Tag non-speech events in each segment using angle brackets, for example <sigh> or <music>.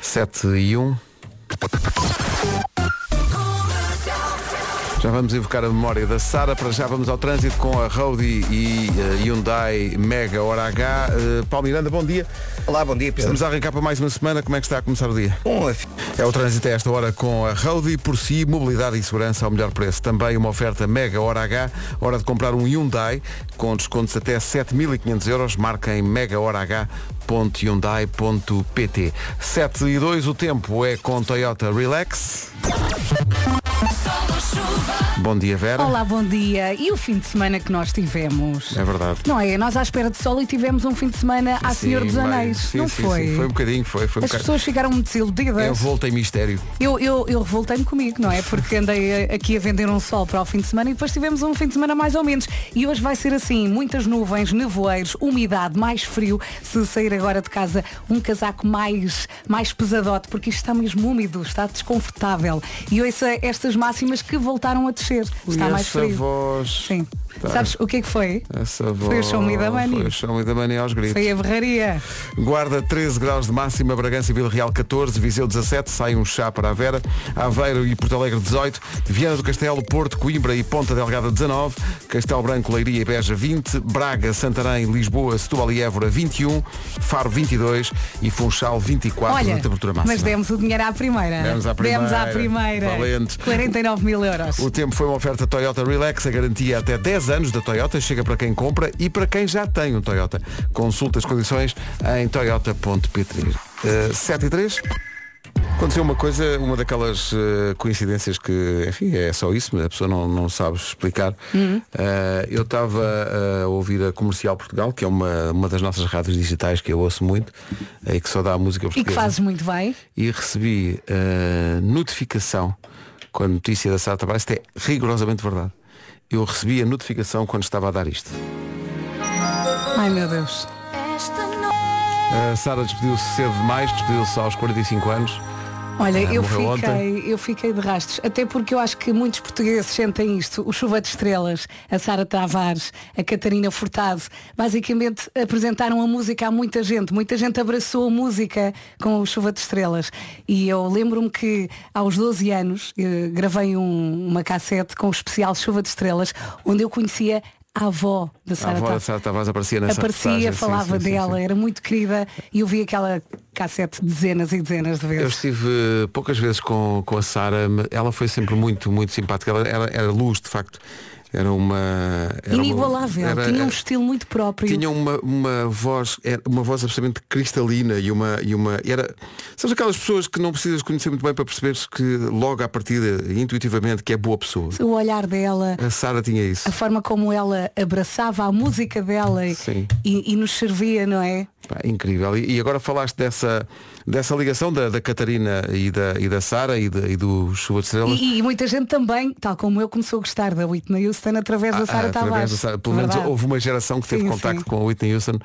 7 e 1. Já vamos evocar a memória da Sara, para já vamos ao trânsito com a Audi e eh, Hyundai Mega Hora H. Eh, Paulo Miranda, bom dia. Olá, bom dia, Pedro. Estamos a arrancar para mais uma semana. Como é que está a começar o dia? Bom, af- É o trânsito a esta hora com a Audi por si, mobilidade e segurança ao melhor preço. Também uma oferta Mega Hora H, hora de comprar um Hyundai com descontos até 7.500 euros. Marca em megahorah.hyundai.pt 7 e 2, o tempo é com Toyota Relax. Bom dia, Vera. Olá, bom dia. E o fim de semana que nós tivemos? É verdade. Não é? Nós à espera de sol e tivemos um fim de semana à Sim, Senhor dos bem, Anéis. sim, não sim, foi? sim, Foi um bocadinho, foi, foi um As bocadinho. pessoas ficaram muito Eu desiludidas. voltei mistério. Eu, eu, eu revoltei-me comigo, não é? Porque andei a- aqui a vender um sol para o fim de semana e depois tivemos um fim de semana mais ou menos. E hoje vai ser assim, muitas nuvens, nevoeiros, umidade, mais frio. Se sair agora de casa, um casaco mais, mais pesadote, porque isto está mesmo úmido, está desconfortável. E ouça estas máximas que voltaram a descer. Está Ui, mais essa frio. voz. Sim. Tá. Sabes o que é que foi? Essa voz. Foi o show me da Mani. Foi o show me da Mani aos gritos. Foi a berraria. Guarda 13 graus de máxima, Bragança e Vila Real 14, Viseu 17, sai um chá para a Vera, Aveiro e Porto Alegre 18, Viana do Castelo, Porto, Coimbra e Ponta Delgada 19, Castelo Branco, Leiria e Beja 20, Braga, Santarém, Lisboa, Setúbal e Évora 21, Faro 22 e Funchal 24 Olha, na temperatura máxima. mas demos o dinheiro à primeira. Demos à primeira. Demos à primeira. Valente. 49 mil euros. O tempo foi uma oferta Toyota Relax, a garantia é até 10 anos da Toyota, chega para quem compra e para quem já tem um Toyota. Consulta as condições em toyota.pt. Eh, 7 e 3. Aconteceu uma coisa, uma daquelas eh, coincidências que, enfim, é só isso, mas a pessoa não, não sabe explicar. Uhum. Eh, eu estava eh, a ouvir a Comercial Portugal, que é uma, uma das nossas rádios digitais que eu ouço muito eh, e que só dá música E portuguesa que fazes muito bem. e recebi a notificação com a notícia da Sara Tavares, isto é rigorosamente verdade. Eu recebi a notificação quando estava a dar isto. Ai meu Deus. A Sara despediu-se cedo demais, despediu-se aos 45 anos. Olha, Ah, eu, morreu ontem. fiquei, eu fiquei de rastros, até porque eu acho que muitos portugueses sentem isto. O Chuva de Estrelas, a Sara Tavares, a Catarina Furtado, basicamente apresentaram a música a muita gente. Muita gente abraçou a música com o Chuva de Estrelas. E eu lembro-me que aos 12 anos eh, gravei um- uma cassete com o especial Chuva de Estrelas, onde eu conhecia a avó da A Sara avó da Tavares. Sara Tavares aparecia nessa reportagem, Aparecia, sim, falava sim, sim, dela, sim. era muito querida e eu vi aquela cassete dezenas e dezenas de Eu vezes. estive eh, poucas vezes com, com a Sara, mas ela foi sempre muito, muito simpática. Ela era, era luz, de facto. Era uma. era uma- Inigualável, era- tinha um estilo muito próprio. tinha uma, uma voz era uma voz absolutamente cristalina e uma e uma era sabes aquelas pessoas que não precisas conhecer muito bem para perceberes que logo à partida intuitivamente que é boa pessoa O olhar dela, a Sara tinha isso a forma como ela abraçava a música dela e, Sim. e- e nos servia, não é? Pá, incrível e, e agora falaste dessa dessa ligação da, da Catarina e da e da Sara e, da- e do Chuva de Estrelas E, e muita gente também, tal como eu, começou a gostar da Whitney Houston através da Sara Ah, através Tavares. da Sara. Pelo menos Verdade. houve uma geração que teve Sim, contacto sim. com a Whitney Houston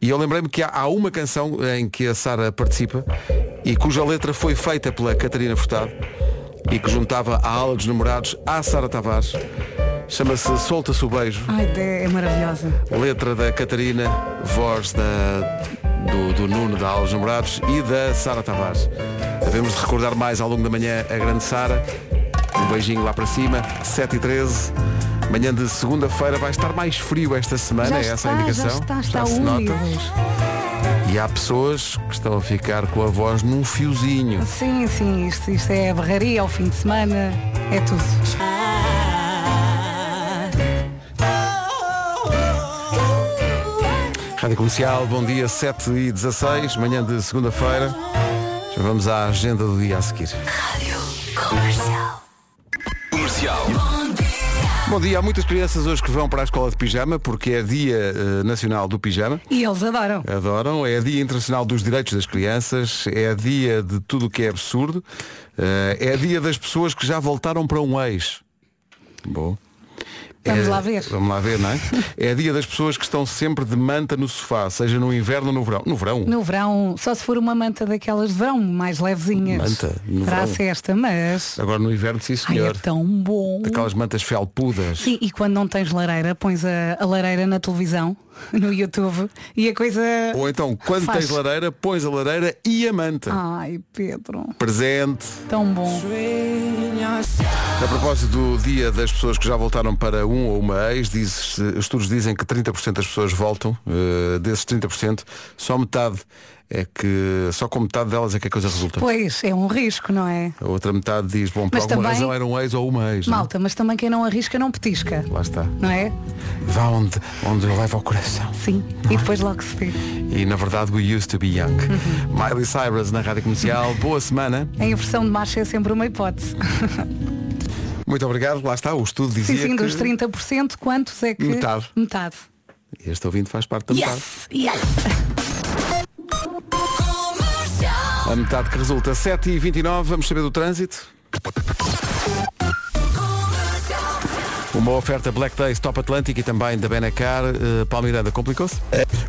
e eu lembrei-me que há, há uma canção em que a Sara participa e cuja letra foi feita pela Catarina Furtado e que juntava a ala dos namorados à Sara Tavares. Chama-se Solta-se o Beijo, Ai, de- é maravilhosa. letra da Catarina, voz da, do, do Nuno da ala dos namorados e da Sara Tavares. Devemos de recordar mais ao longo da manhã a grande Sara. Um beijinho lá para cima, 7 e 13 Manhã de segunda-feira vai estar mais frio esta semana, já é essa está, a indicação. já está, está se úmido. nota. E há pessoas que estão a ficar com a voz num fiozinho. Sim, sim, isto, isto é a berraria, é o fim de semana, é tudo. Rádio Comercial, bom dia, 7 e 16 manhã de segunda-feira. Já vamos à agenda do dia a seguir. Bom dia, há muitas crianças hoje que vão para a escola de pijama porque é Dia eh, Nacional do Pijama. E eles adoram. Adoram. É Dia Internacional dos Direitos das Crianças, é dia de tudo o que é absurdo, eh, é dia das pessoas que já voltaram para um ex. Bom. Vamos É- lá ver. Vamos lá ver, não é? É dia das pessoas que estão sempre de manta no sofá, seja no inverno ou no verão. No verão? No verão, só se for uma manta daquelas de verão, mais levezinhas. Manta, no para a verão. cesta, mas. Agora no inverno, sim Ai, é senhor. tão bom. Aquelas mantas felpudas. Sim, e quando não tens lareira, pões a, a lareira na televisão, <laughs> no YouTube, e a coisa. Ou então, quando Faz. tens lareira, pões a lareira e a manta. Ai, Pedro, Presente. tão bom. A propósito do dia das pessoas que já voltaram para um ou uma ex, diz- estudos dizem que 30% das pessoas voltam. eh, desses 30%, só metade é que. Só com metade delas é que a coisa resulta. Pois, é um risco, não é? A outra metade diz, bom, por Mas alguma também- razão era um ex ou uma ex. não é? Malta, mas também quem não arrisca não petisca, Lá está. não é? Vá onde, onde leva o coração. Sim. E depois logo se vê. E na verdade we used to be young. Miley Cyrus na Rádio Comercial, boa semana. Em versão de marcha é sempre uma hipótese. Muito obrigado, lá está, o estudo Sim, dizia sim, é que dos 30%, quantos é que. Metade. Metade. este ouvinte faz parte da metade. Yes! Yes! A metade que resulta. 7 e 29 vamos saber do trânsito. Uma oferta Black Days Top Atlântico e também da Benacar. Eh, Paulo Miranda, complicou-se?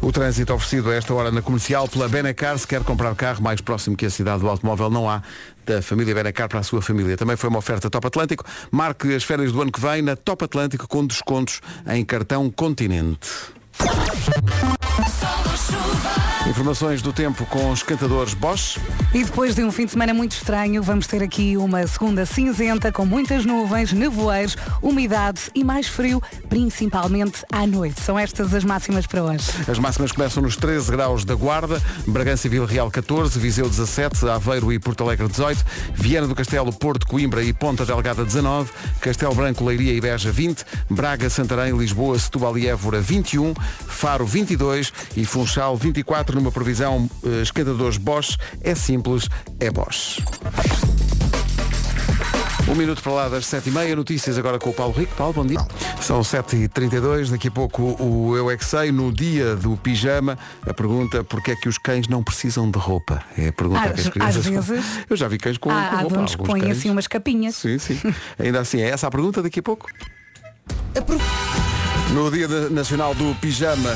O trânsito oferecido a esta hora na comercial pela Benacar. Se quer comprar carro mais próximo que a cidade do automóvel, não há. Da família Benacar para a sua família. Também foi uma oferta Top Atlântico. Marque as férias do ano que vem na Top Atlântico com descontos em cartão Continente. Informações do tempo com os cantadores Bosch. E depois de um fim de semana muito estranho, vamos ter aqui uma segunda cinzenta com muitas nuvens, nevoeiros, umidade e mais frio, principalmente à noite. São estas as máximas para hoje. As máximas começam nos 13 graus da Guarda, Bragança e Vila Real 14, Viseu 17, Aveiro e Porto Alegre 18, Viana do Castelo, Porto, Coimbra e Ponta Delgada 19, Castelo Branco, Leiria e Beja 20, Braga, Santarém, Lisboa, Setúbal e Évora 21, Faro 22 e Funchal 24 numa previsão eh, esquentadores Bosch. É simples, é Bosch. Um minuto para lá das 7h30, notícias agora com o Paulo Rico. Paulo, bom dia. São 7h32, daqui a pouco o Eu É Que Sei, no dia do pijama, a pergunta porque é que os cães não precisam de roupa? É a pergunta Às- que as às crianças vezes. Eu já vi cães com, com Há, há roupa. donos que alguns põem cães. assim umas capinhas. Sim, sim. <laughs> Ainda assim, é essa a pergunta daqui a pouco? No Dia da- Nacional do Pijama.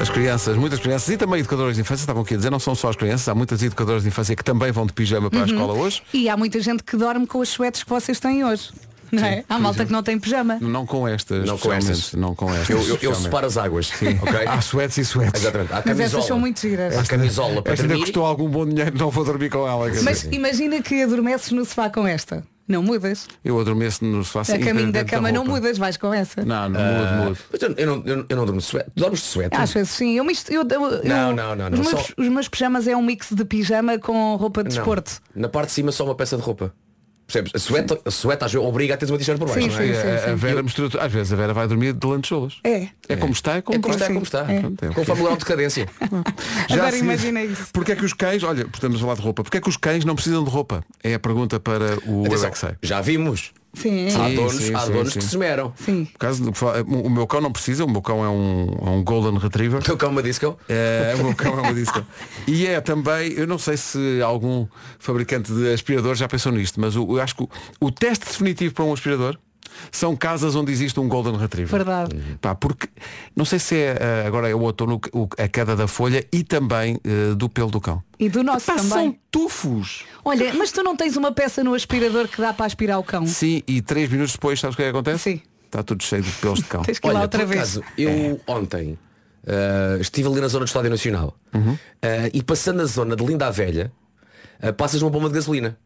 As crianças, muitas crianças e também educadoras de infância, estavam aqui a dizer, não são só as crianças, há muitas educadoras de infância que também vão de pijama Uhum. para a escola hoje, E há muita gente que dorme com as suéteres que vocês têm hoje. Não é? Há malta que não tem pijama. não com estas. Não com especialmente, estas. Não com estas. Eu, eu, eu especialmente. separo as águas. <laughs> ok? Há suetes e suetes. Exatamente. Há Mas camisola. essas são muito giras. Há camisola para Esta é ainda dormir. custou algum bom dinheiro, não vou dormir com ela. quer dizer. Mas imagina que adormeces no sofá com esta. Não mudas. Eu adormeço no sofá A sem- caminho da dentro cama não roupa. mudas, vais com essa. Não, não mudo, mudo. Mas eu, eu não, eu, não- eu não durmo de suéter. Tu Dormes de suéter? Às vezes sim. Eu misto, eu, eu- Não, não, não, não. Os meus, Só- os meus pijamas é um mix de pijama com roupa de Não. desporto. Na parte de cima só uma peça de roupa. Percebes? A suéter, a suéter às vezes obriga a teres uma t-shirt por baixo. Sim, não A- é? sim, A, sim, sim. Vera mistura tudo. Às vezes a Vera vai dormir de lancholas. É. É como está, é como, É como está, é está. como está. Pronto, é o que Conforme o grau de cadência. Agora a seguir, imagina isso. Porque é que os cães, olha, estamos a falar de roupa, porque é que os cães não precisam de roupa? É a pergunta para o Eu é que sei. já vimos. Sim. há Sim, donos, sim, há sim, donos sim. que se esmeram. <laughs> Sim. Por causa do- o meu cão não precisa, o meu cão é um, é um golden retriever. O teu cão me disse Então, que eu. É, o meu cão é uma disco. E é também, eu não sei se algum fabricante de aspirador já pensou nisto, mas o- eu acho que o, o teste definitivo para um aspirador são casas onde existe um Golden Retriever. Verdade. Pá, porque não sei se é eh, agora é o outono o- a queda da folha e também eh, do pelo do cão. E do nosso Pá, são também. tufos. Olha, mas tu não tens uma peça no aspirador que dá para aspirar o cão? Sim, e três minutos depois, sabes o que é que acontece? Sim. Está tudo cheio de pelos de cão. <laughs> Tens que ir lá outra por vez. É. acaso, eu ontem ah, estive ali na zona do Estádio Nacional Uhum. Ah, e passando a zona de Linda a Velha, ah, passas uma bomba de gasolina.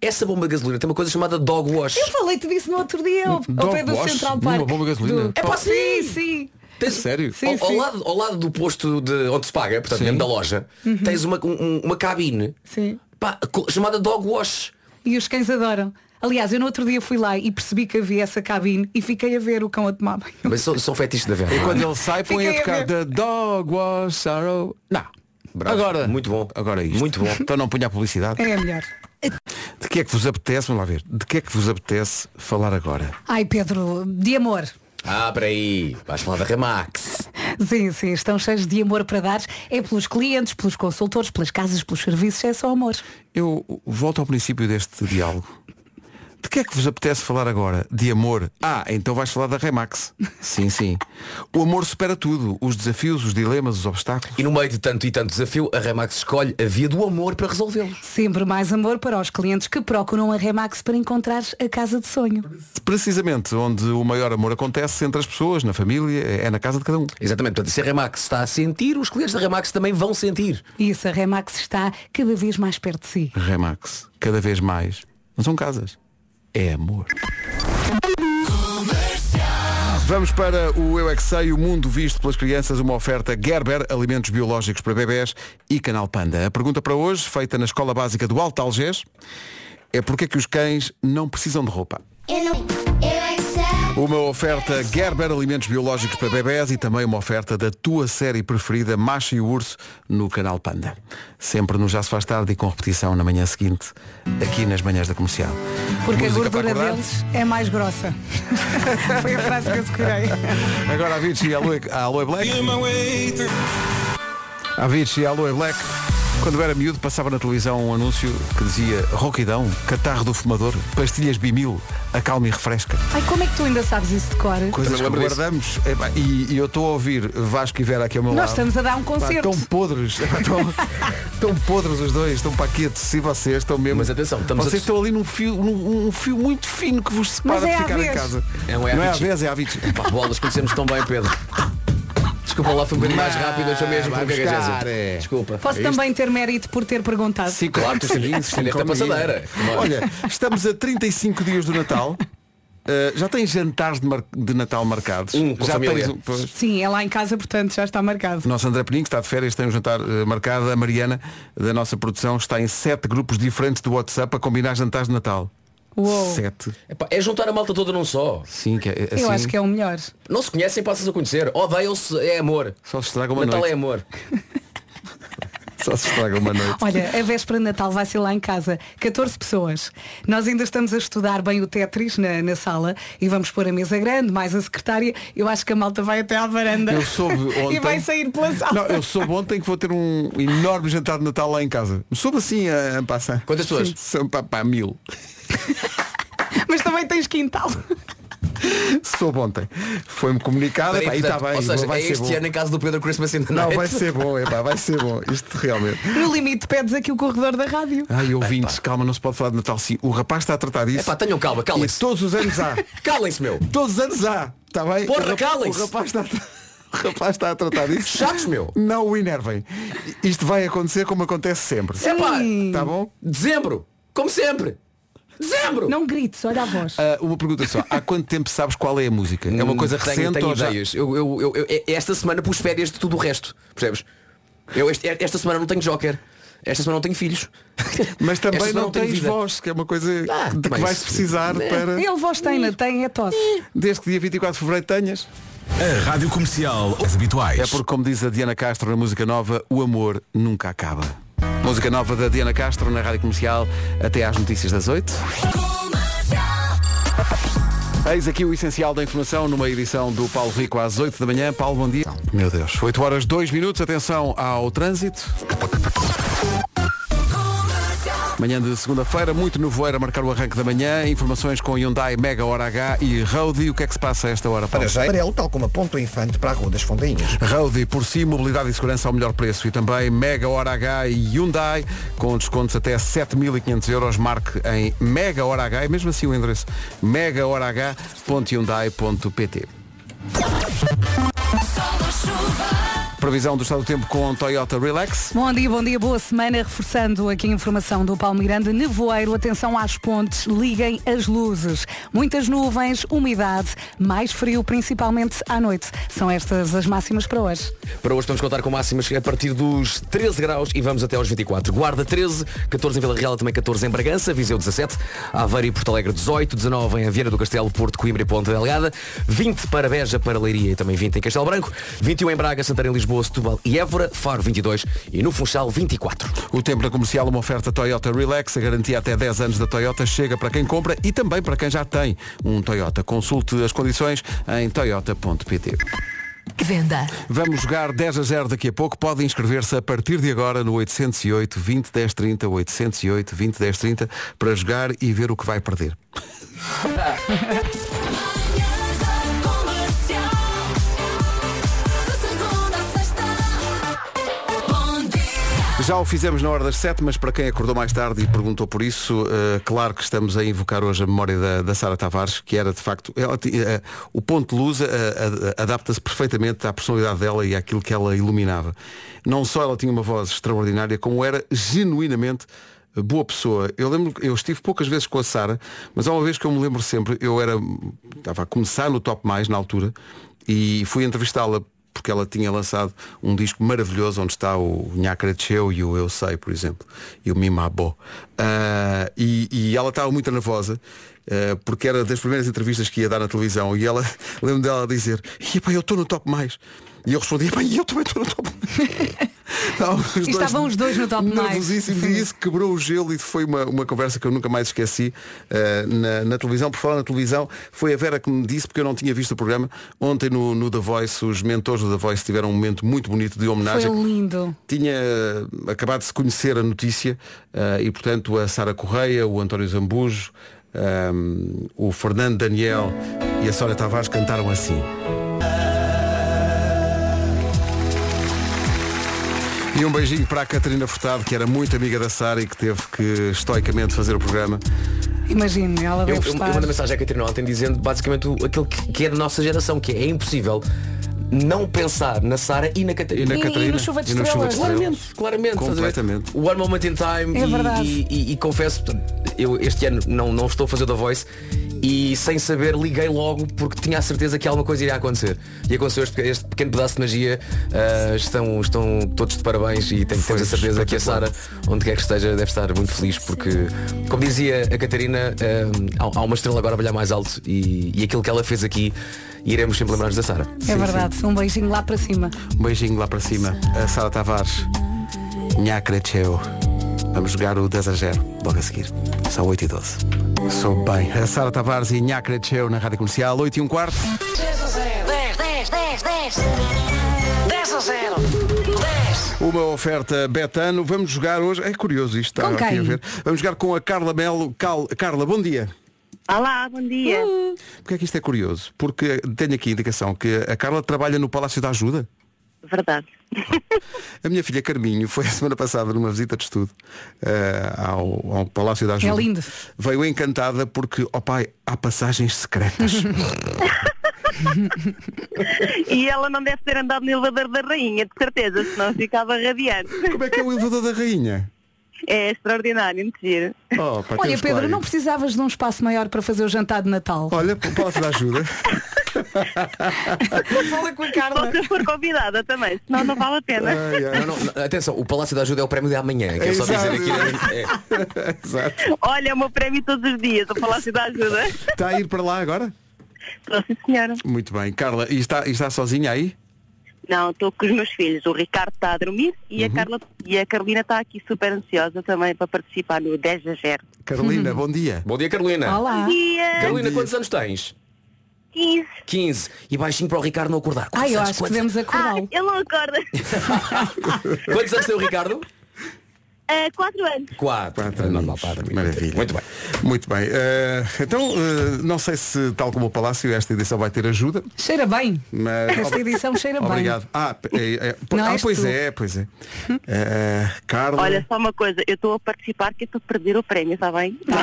Essa bomba de gasolina tem uma coisa chamada dog wash. Uhum. Eu falei-te disso no outro dia, ao, ao Dog pé do wash? Central Numa Park. bomba de gasolina? Do- É pá, sim, sim. sim. Tens- Sério? Sim, ao, ao sim. lado, ao lado do posto de onde se paga, portanto, Sim. mesmo da loja, tens uma, um- uma cabine Uhum. Sim. pá, co- chamada dog wash. E os cães adoram. Aliás, eu no outro dia fui lá e percebi que havia essa cabine e fiquei a ver o cão a tomar banho. Mas são, são fetiches da velha. E quando ele sai, põe a Fiquei a tocar ver. The Dog Was Sorrow. Não. Bravo. Agora. Muito bom. Agora isto. Muito bom. Então não ponha a publicidade. É a melhor. De que é que vos apetece, vamos lá ver, de que é que vos apetece falar agora? Ai, Pedro, de amor. Ah, peraí, vais falar da Remax. Sim, sim, estão cheios de amor para dar. É pelos clientes, pelos consultores, pelas casas, pelos serviços, é só amor. Eu volto ao princípio deste diálogo. De que é que vos apetece falar agora? De amor? Ah, então vais falar da Remax. Sim, sim. O amor supera tudo. Os desafios, os dilemas, os obstáculos. E no meio de tanto e tanto desafio, a Remax escolhe a via do amor para resolvê-los. Sempre mais amor para os clientes que procuram a Remax para encontrar a casa de sonho. Precisamente onde o maior amor acontece entre as pessoas, na família, é na casa de cada um. Exatamente, portanto, se a Remax está a sentir, os clientes da Remax também vão sentir. Isso, a Remax está cada vez mais perto de si. Remax, cada vez mais. Não são casas, é amor. Vamos para o Eu é Que Sei, o mundo visto pelas crianças, uma oferta Gerber, alimentos biológicos para bebés e Canal Panda. A pergunta para hoje, feita na Escola Básica do Alto Algés, é porque é que os cães não precisam de roupa? Eu não. Eu é que sei. Uma oferta Gerber Alimentos Biológicos para Bebés e também uma oferta da tua série preferida Macho e o Urso no canal Panda. Sempre no Já se faz tarde e com repetição na manhã seguinte, aqui nas manhãs da comercial. Porque Música a para gordura acordar. deles é mais grossa. <laughs> Foi a frase que eu decorei. <laughs> Agora a Avicii e a Aloe, a Aloe Black. A Avicii e a Aloe Black. Quando eu era miúdo passava na televisão um anúncio que dizia rouquidão, catarro do fumador, pastilhas bimil, acalma e refresca. Ai, como é que tu ainda sabes isso de cor? Coisas que Também me lembro guardamos. Epá, E, e eu estou a ouvir Vasco e Vera aqui ao meu Nós lado. estamos a dar um Pá, concerto. tão podres, Pá, tão, <laughs> tão podres os dois, estão paquetes, se vocês estão mesmo. Mas atenção, estamos vocês a- estão ali num fio, num, um fio muito fino que vos separa Mas é de à ficar em vez. casa. É um Não é à é à vez. vez, é à <laughs> vez. Pá, bolas, conhecemos tão bem, Pedro. Desculpa lá, foi um bocadinho mais rápido, eu sou mesmo Vai porque é buscar, que é. é Desculpa. Posso também ter mérito por ter perguntado. Sim, Claro, tu sempre insististe nesta Calma aí. é passadeira. Olha, estamos a 35 dias do <laughs> Natal. Uh, já tens jantares de, mar- de Natal marcados? Um, com já a família. tens um- pois. Sim, é lá em casa, portanto, já está marcado. O nosso André Peninho, que está de férias, tem um jantar eh, marcado. A Mariana, da nossa produção, está em sete grupos diferentes do WhatsApp a combinar jantares de Natal. Uou. Sete. Epá, é juntar a malta toda num só. Sim, que é, assim, Eu acho que é o melhor. Não se conhecem, passas a conhecer. Odeiam-se, é amor. Só se estraga uma Natal noite. é amor. é- Só se estraga uma <laughs> noite. Olha, a véspera de Natal vai ser lá em casa. 14 pessoas. Nós ainda estamos a estudar bem o Tetris na, na sala e vamos pôr a mesa grande, mais a secretária. Eu acho que a malta vai até à varanda. Eu soube ontem. <laughs> E vai sair pela sala. Não, eu soube ontem que vou ter um enorme jantar de Natal lá em casa. Soube assim a, a passar. Quantas pessoas? Sim. São pá, pá, mil. <laughs> Mas também tens quintal. Soube ontem. Foi-me comunicado. Peraí, Epá, e está portanto, Ah, bem. ou seja, vai é ser este bom. ano em casa do Pedro Christmas in the Não, é? Night. vai ser bom, epá, vai ser bom. Isto realmente. No limite, pedes aqui o corredor da rádio. Ai, ouvintes, calma, não se pode falar de Natal sim. O rapaz está a tratar disso. Epá, tenham calma, e calem-se. todos os anos <laughs> há. Calem-se, meu. Todos os anos há. Está bem? Porra, O rap- calem-se. O rapaz está a tra- <laughs> o rapaz está a tratar disso. Chatos, meu. Não o enervem. Isto vai acontecer como acontece sempre. Sim. Epá, Está bom? Dezembro, como sempre. Dezembro. Não grites, olha a voz. Ah, uma pergunta só. Há quanto tempo sabes qual é a música? É uma coisa Hum, tenho, recente tenho ou já? ideias. Eu, eu- eu- eu- é- esta semana pus férias de tudo o resto, percebes? Eu este- é, esta semana não tenho joker. Esta semana não tenho filhos. <laughs> Mas Esta também semana não tenho tens vida. voz, que é uma coisa Ah, de que mas- vais precisar para. Ele voz tem, não tem, é tosse. Desde que dia 24 de Fevereiro tenhas. A Rádio Comercial, as habituais. É porque, como diz a Diana Castro na música nova, o amor nunca acaba. Música nova da Diana Castro na Rádio Comercial até às notícias das 8. Eis aqui o essencial da informação numa edição do Paulo Rico às 8 da manhã. Paulo, bom dia. Meu Deus. 8 horas 2 minutos, atenção ao trânsito. Manhã de segunda-feira, muito nevoeiro a marcar o arranque da manhã. Informações com Hyundai Mega Hora H e Roadie. O que é que se passa a esta hora, Paulo? Para já, amarelo, tal como a Ponto Infante para a Rua das Fondainhas. Roadie por si, mobilidade e segurança ao melhor preço e também Mega Hora H e Hyundai com descontos até 7.500 euros marque em Mega Hora H e mesmo assim o endereço megahorah.hyundai.pt Previsão do estado do tempo com Toyota Relax Bom dia, bom dia, boa semana. Reforçando aqui a informação do Paulo Miranda, nevoeiro, atenção às pontes, liguem as luzes. Muitas nuvens, umidade, mais frio, principalmente à noite. São estas as máximas para hoje. Para hoje vamos contar com máximas a partir dos 13 graus e vamos até aos 24. Guarda 13, 14 em Vila Real, também 14 em Bragança, Viseu 17, Aveiro e Porto Alegre 18, 19 em Vieira do Castelo, Porto, Coimbra e Ponta Delgada, 20 para Beja, para Leiria e também 20 em Castelo Branco, 21 em Braga, Santarém, Lisboa, Setúbal e Évora, Faro 22 e no Funchal 24. O tempo na comercial, uma oferta Toyota Relax, a garantia até 10 anos da Toyota, chega para quem compra e também para quem já tem um Toyota. Consulte as condições em toyota.pt. Venda. Vamos jogar 10 a 0 daqui a pouco. Pode inscrever-se a partir de agora no 808 20 10 30 808 20 10 30 para jogar e ver o que vai perder. Já o fizemos na hora das 7, mas para quem acordou mais tarde e perguntou por isso, eh, claro que estamos a invocar hoje a memória da, da Sara Tavares, que era de facto. ela ti- eh, o ponto de luz eh, eh, adapta-se perfeitamente à personalidade dela e àquilo que ela iluminava. Não só ela tinha uma voz extraordinária, como era genuinamente boa pessoa. Eu lembro, eu estive poucas vezes com a Sara, mas há uma vez que eu me lembro sempre, eu era, estava a começar no Top Mais na altura e fui entrevistá-la porque ela tinha lançado um disco maravilhoso onde está o Nhacra Tcheu e o Eu Sei, por exemplo, e o Mimabó. Ah, e, e ela estava muito nervosa, ah, porque era das primeiras entrevistas que ia dar na televisão, e ela, <laughs> lembro dela dizer, "Ih, pá, eu estou no top mais. E eu respondi, "Epá, e eu também estou no top <laughs> mais. Estavam os dois estavam os dois no top mais. nervosíssimos, Sim. e isso quebrou o gelo e foi uma, uma conversa que eu nunca mais esqueci eh, na, na televisão. Por falar na televisão, foi a Vera que me disse, porque eu não tinha visto o programa. Ontem no, no The Voice, os mentores do The Voice tiveram um momento muito bonito de homenagem. Foi um lindo. Tinha eh, acabado de se conhecer a notícia eh, e, portanto, a Sara Correia, o António Zambujo, ehm, o Fernando Daniel e a Sónia Tavares cantaram assim. E um beijinho para a Catarina Furtado, que era muito amiga da Sara e que teve que estoicamente fazer o programa. Imagina, ela Eu, deve eu, eu estar. mandei mensagem à Catarina ontem dizendo basicamente o- aquilo que, que é da nossa geração, que é, é impossível não pensar na Sara e na Catarina. E na Catarina, no Chuva de e no Chuva de Estrelas. Estrelas. Claramente, claramente. estás a ver? Completamente. O One Moment in Time É e- verdade. e, e- e confesso, portanto, eu este ano não, não estou a fazer da voice e sem saber liguei logo porque tinha a certeza que alguma coisa iria acontecer. E aconteceu este, este pequeno pedaço de magia. ah, estão, estão todos de parabéns e tenho, Foi temos a certeza que a espetacular. Sara onde quer que esteja, deve estar muito feliz porque, como dizia a Catarina, hum, há- há uma estrela agora a brilhar mais alto e, e aquilo que ela fez aqui, iremos sempre lembrar-nos da Sara. É verdade, um beijinho lá para cima. Um beijinho lá para cima. A Sara Tavares. Nhacrecheu. Vamos jogar o 10 a 0 logo a seguir. São 8 e 12. Sou bem. A Sara Tavares e Nhacrecheu na Rádio Comercial, 8 e 1 quarto. 10, 10, 10, 10. 10 a 0. 10. Uma oferta Betano. Vamos jogar hoje. É curioso isto, está Com aqui quem? a ver. Vamos jogar com a Carla Melo. Cal- Carla, bom dia. Olá, bom dia. Porquê é que isto é curioso? Porque tenho aqui a indicação que a Carla trabalha no Palácio da Ajuda. Verdade. A minha filha Carminho foi a semana passada numa visita de estudo eh, ao, ao Palácio da Ajuda. É lindo. Veio encantada porque, ó pai, há passagens <laughs> secretas. E ela não deve ter andado no elevador da rainha, de certeza, senão ficava radiante. Como é que é o elevador da rainha? É extraordinário, muito giro. Oh, pá, Olha, temos que lá Pedro, ir. não precisavas de um espaço maior para fazer o jantar de Natal. Olha, o Palácio da <laughs> Ajuda. Fala com a Só se for convidada também, senão não vale a pena. Ai, ai. Não, não, não, atenção, o Palácio da Ajuda é o prémio de amanhã, quero só dizer Exato. aqui. é, Exato. Olha, é o meu prémio todos os dias, o Palácio da Ajuda. Está a ir para lá agora? Estou sim, senhora. Muito bem. Carla, e está, e está sozinha aí? Não, estou com os meus filhos. O Ricardo está a dormir e, a, Carla, e a Carolina está aqui super ansiosa também para participar no 10 a 0. Uhum. Carolina, bom dia. Bom dia, Carolina. Olá. Dia Carolina, quantos anos tens? 15. 15. E baixinho para o Ricardo não acordar. Quantos Ai, eu anos, acho que quantos, devemos Ah, acordá-lo. ele não acorda. quantos anos tem o Ricardo? Ah, Quatro anos. 4. Quatro Normal, anos. pá, também. Maravilha. <laughs> Muito bem. Muito bem. Eh, então, eh, não sei se, tal como o Palácio, esta edição vai ter ajuda, Cheira bem. mas. Esta edição cheira bem. Obrigado. Ah, p- é, é, po- Não ah, és pois tu. Hum? é, pois é. Eh, Carla. Olha, só uma coisa, eu estou a participar que é para perder o prémio, está bem? Ah.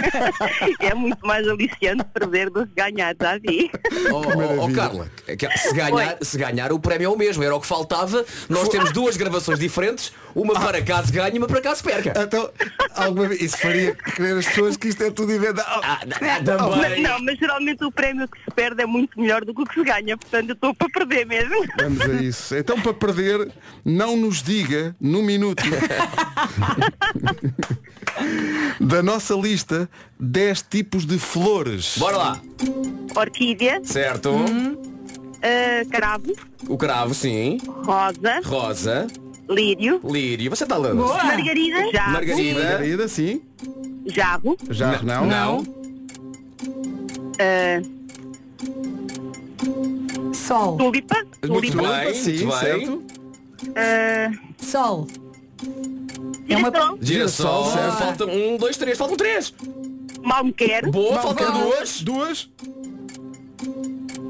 <laughs> é muito mais aliciante perder do que ganhar, está a ver? Oh, oh, oh, Carla, que- se ganhar, se ganhar o prémio é o mesmo, era o que faltava. Nós temos duas gravações diferentes, Ah. uma para caso ganhe e uma para caso perca. Então, alguma vez, isso faria crer as pessoas que isto é tudo inventado. Ah, ah, Mas também. não, mas geralmente o prémio que se perde é muito melhor do que o que se ganha, portanto eu estou para perder mesmo. Vamos a isso. Então, para perder, não nos diga num minuto. <laughs> da nossa lista, 10 tipos de flores. Bora lá. Orquídea, Certo. Uhum. ah, cravo, O cravo, sim. rosa, Rosa. lírio, Lírio. Você está lendo? Boa. margarida, jarro, Margarida. Margarida, sim. jarro, Já não? Não. ah, Sol. Tulipa? Muito Tulipa? bem, Sim, muito bem. certo? Ah, Sol. É uma- Girassol? Girassol, Girassol, certo. falta um, dois, três, faltam três. Mal me quer? Boa, Vá, faltam vá. duas. Duas.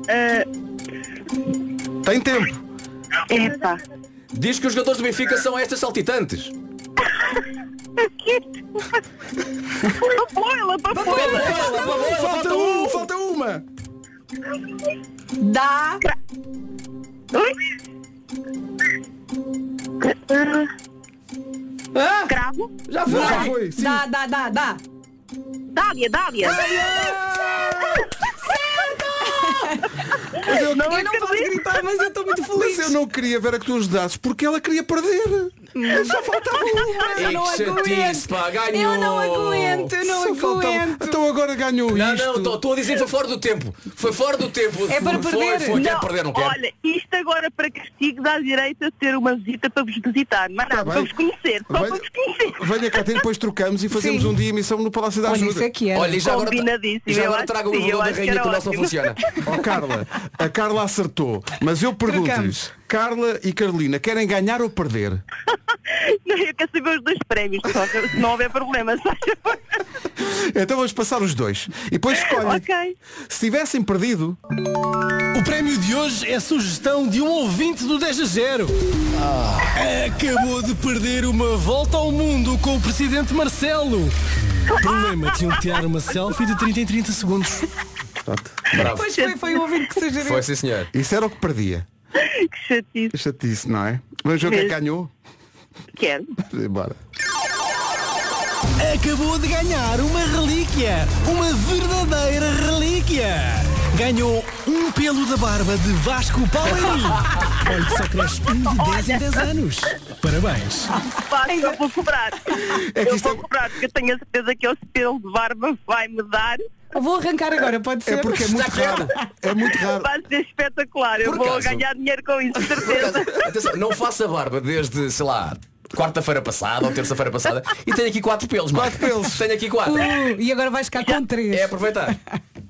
É. Ah, Tem tempo. Epa. Diz que os jogadores do Benfica são estas saltitantes. Papoila, tá papoila. Falta, um, falta uma. Dá. Ah, Cravo? já foi. Já foi, sim. Dá, dá, dá, dá. Dália, Dália. Mas eu não, é Eu não posso gritar, mas eu estou muito mas feliz. eu não queria ver a que tu ajudasses porque ela queria perder. Só faltava um. uma. Mas eu não que chatice, aguento. pá, ganhou. Eu não aguento, eu não Só faltava- aguento. Então agora ganhou Não, isto. não, estou a dizer que foi fora do tempo. Foi fora do tempo. É para foi, perder. Foi, quer perder, não quer. Olha, isto agora para castigo dá direito a ter uma visita para vos visitar. Mas Tá nada, para bem. vos conhecer. Só para Venha- vos conhecer. Venha cá ter, depois trocamos e fazemos Sim. um dia emissão no Palácio da Olha, Ajuda. isso é que é. Olha, e já agora, Combinadíssimo, e já eu agora acho traga o que sim, velador eu da acho que rainha era que o nosso não ótimo. funciona. Ó Oh, Carla, a Carla acertou, mas eu pergunto-lhes, Trocamos. Carla e Carolina, querem ganhar ou perder? Não, eu quero saber os dois prémios, só que se não houver problema, <laughs> sabe? Então vamos passar os dois. E depois escolhem. Ok. Se tivessem perdido, O prémio de hoje é sugestão de um ouvinte do 10 a 0. Ah. Acabou de perder uma volta ao mundo com o presidente Marcelo. Problema, tinham de tirar uma selfie de 30 em 30 segundos. Bravo. Pois foi, foi o ouvinte que sugeriu. Foi sim, senhor. isso era o que perdia. Que chatice. Chatice, não é? Vamos ver quem Mesmo. ganhou? Quero. Bora. Acabou de ganhar uma relíquia, uma verdadeira relíquia. Ganhou um pelo da barba de Vasco Palmeirinho. Olha que só cresce um de 10 em 10 anos. Parabéns. Basta, eu vou cobrar. É que eu isto vou é- cobrar, porque eu tenho a certeza que o pelo de barba vai me dar. Eu Vou arrancar agora, pode ser? É porque é muito raro. É muito raro. Vai ser espetacular. Eu Por vou acaso? ganhar dinheiro com isso, de Por acaso, certeza. atenção, não faço a barba desde, sei lá, quarta-feira passada ou terça-feira passada e tenho aqui quatro pelos, mano. Quatro pelos. Tenho aqui quatro. <laughs> Uh, e agora vais ficar com três. É aproveitar.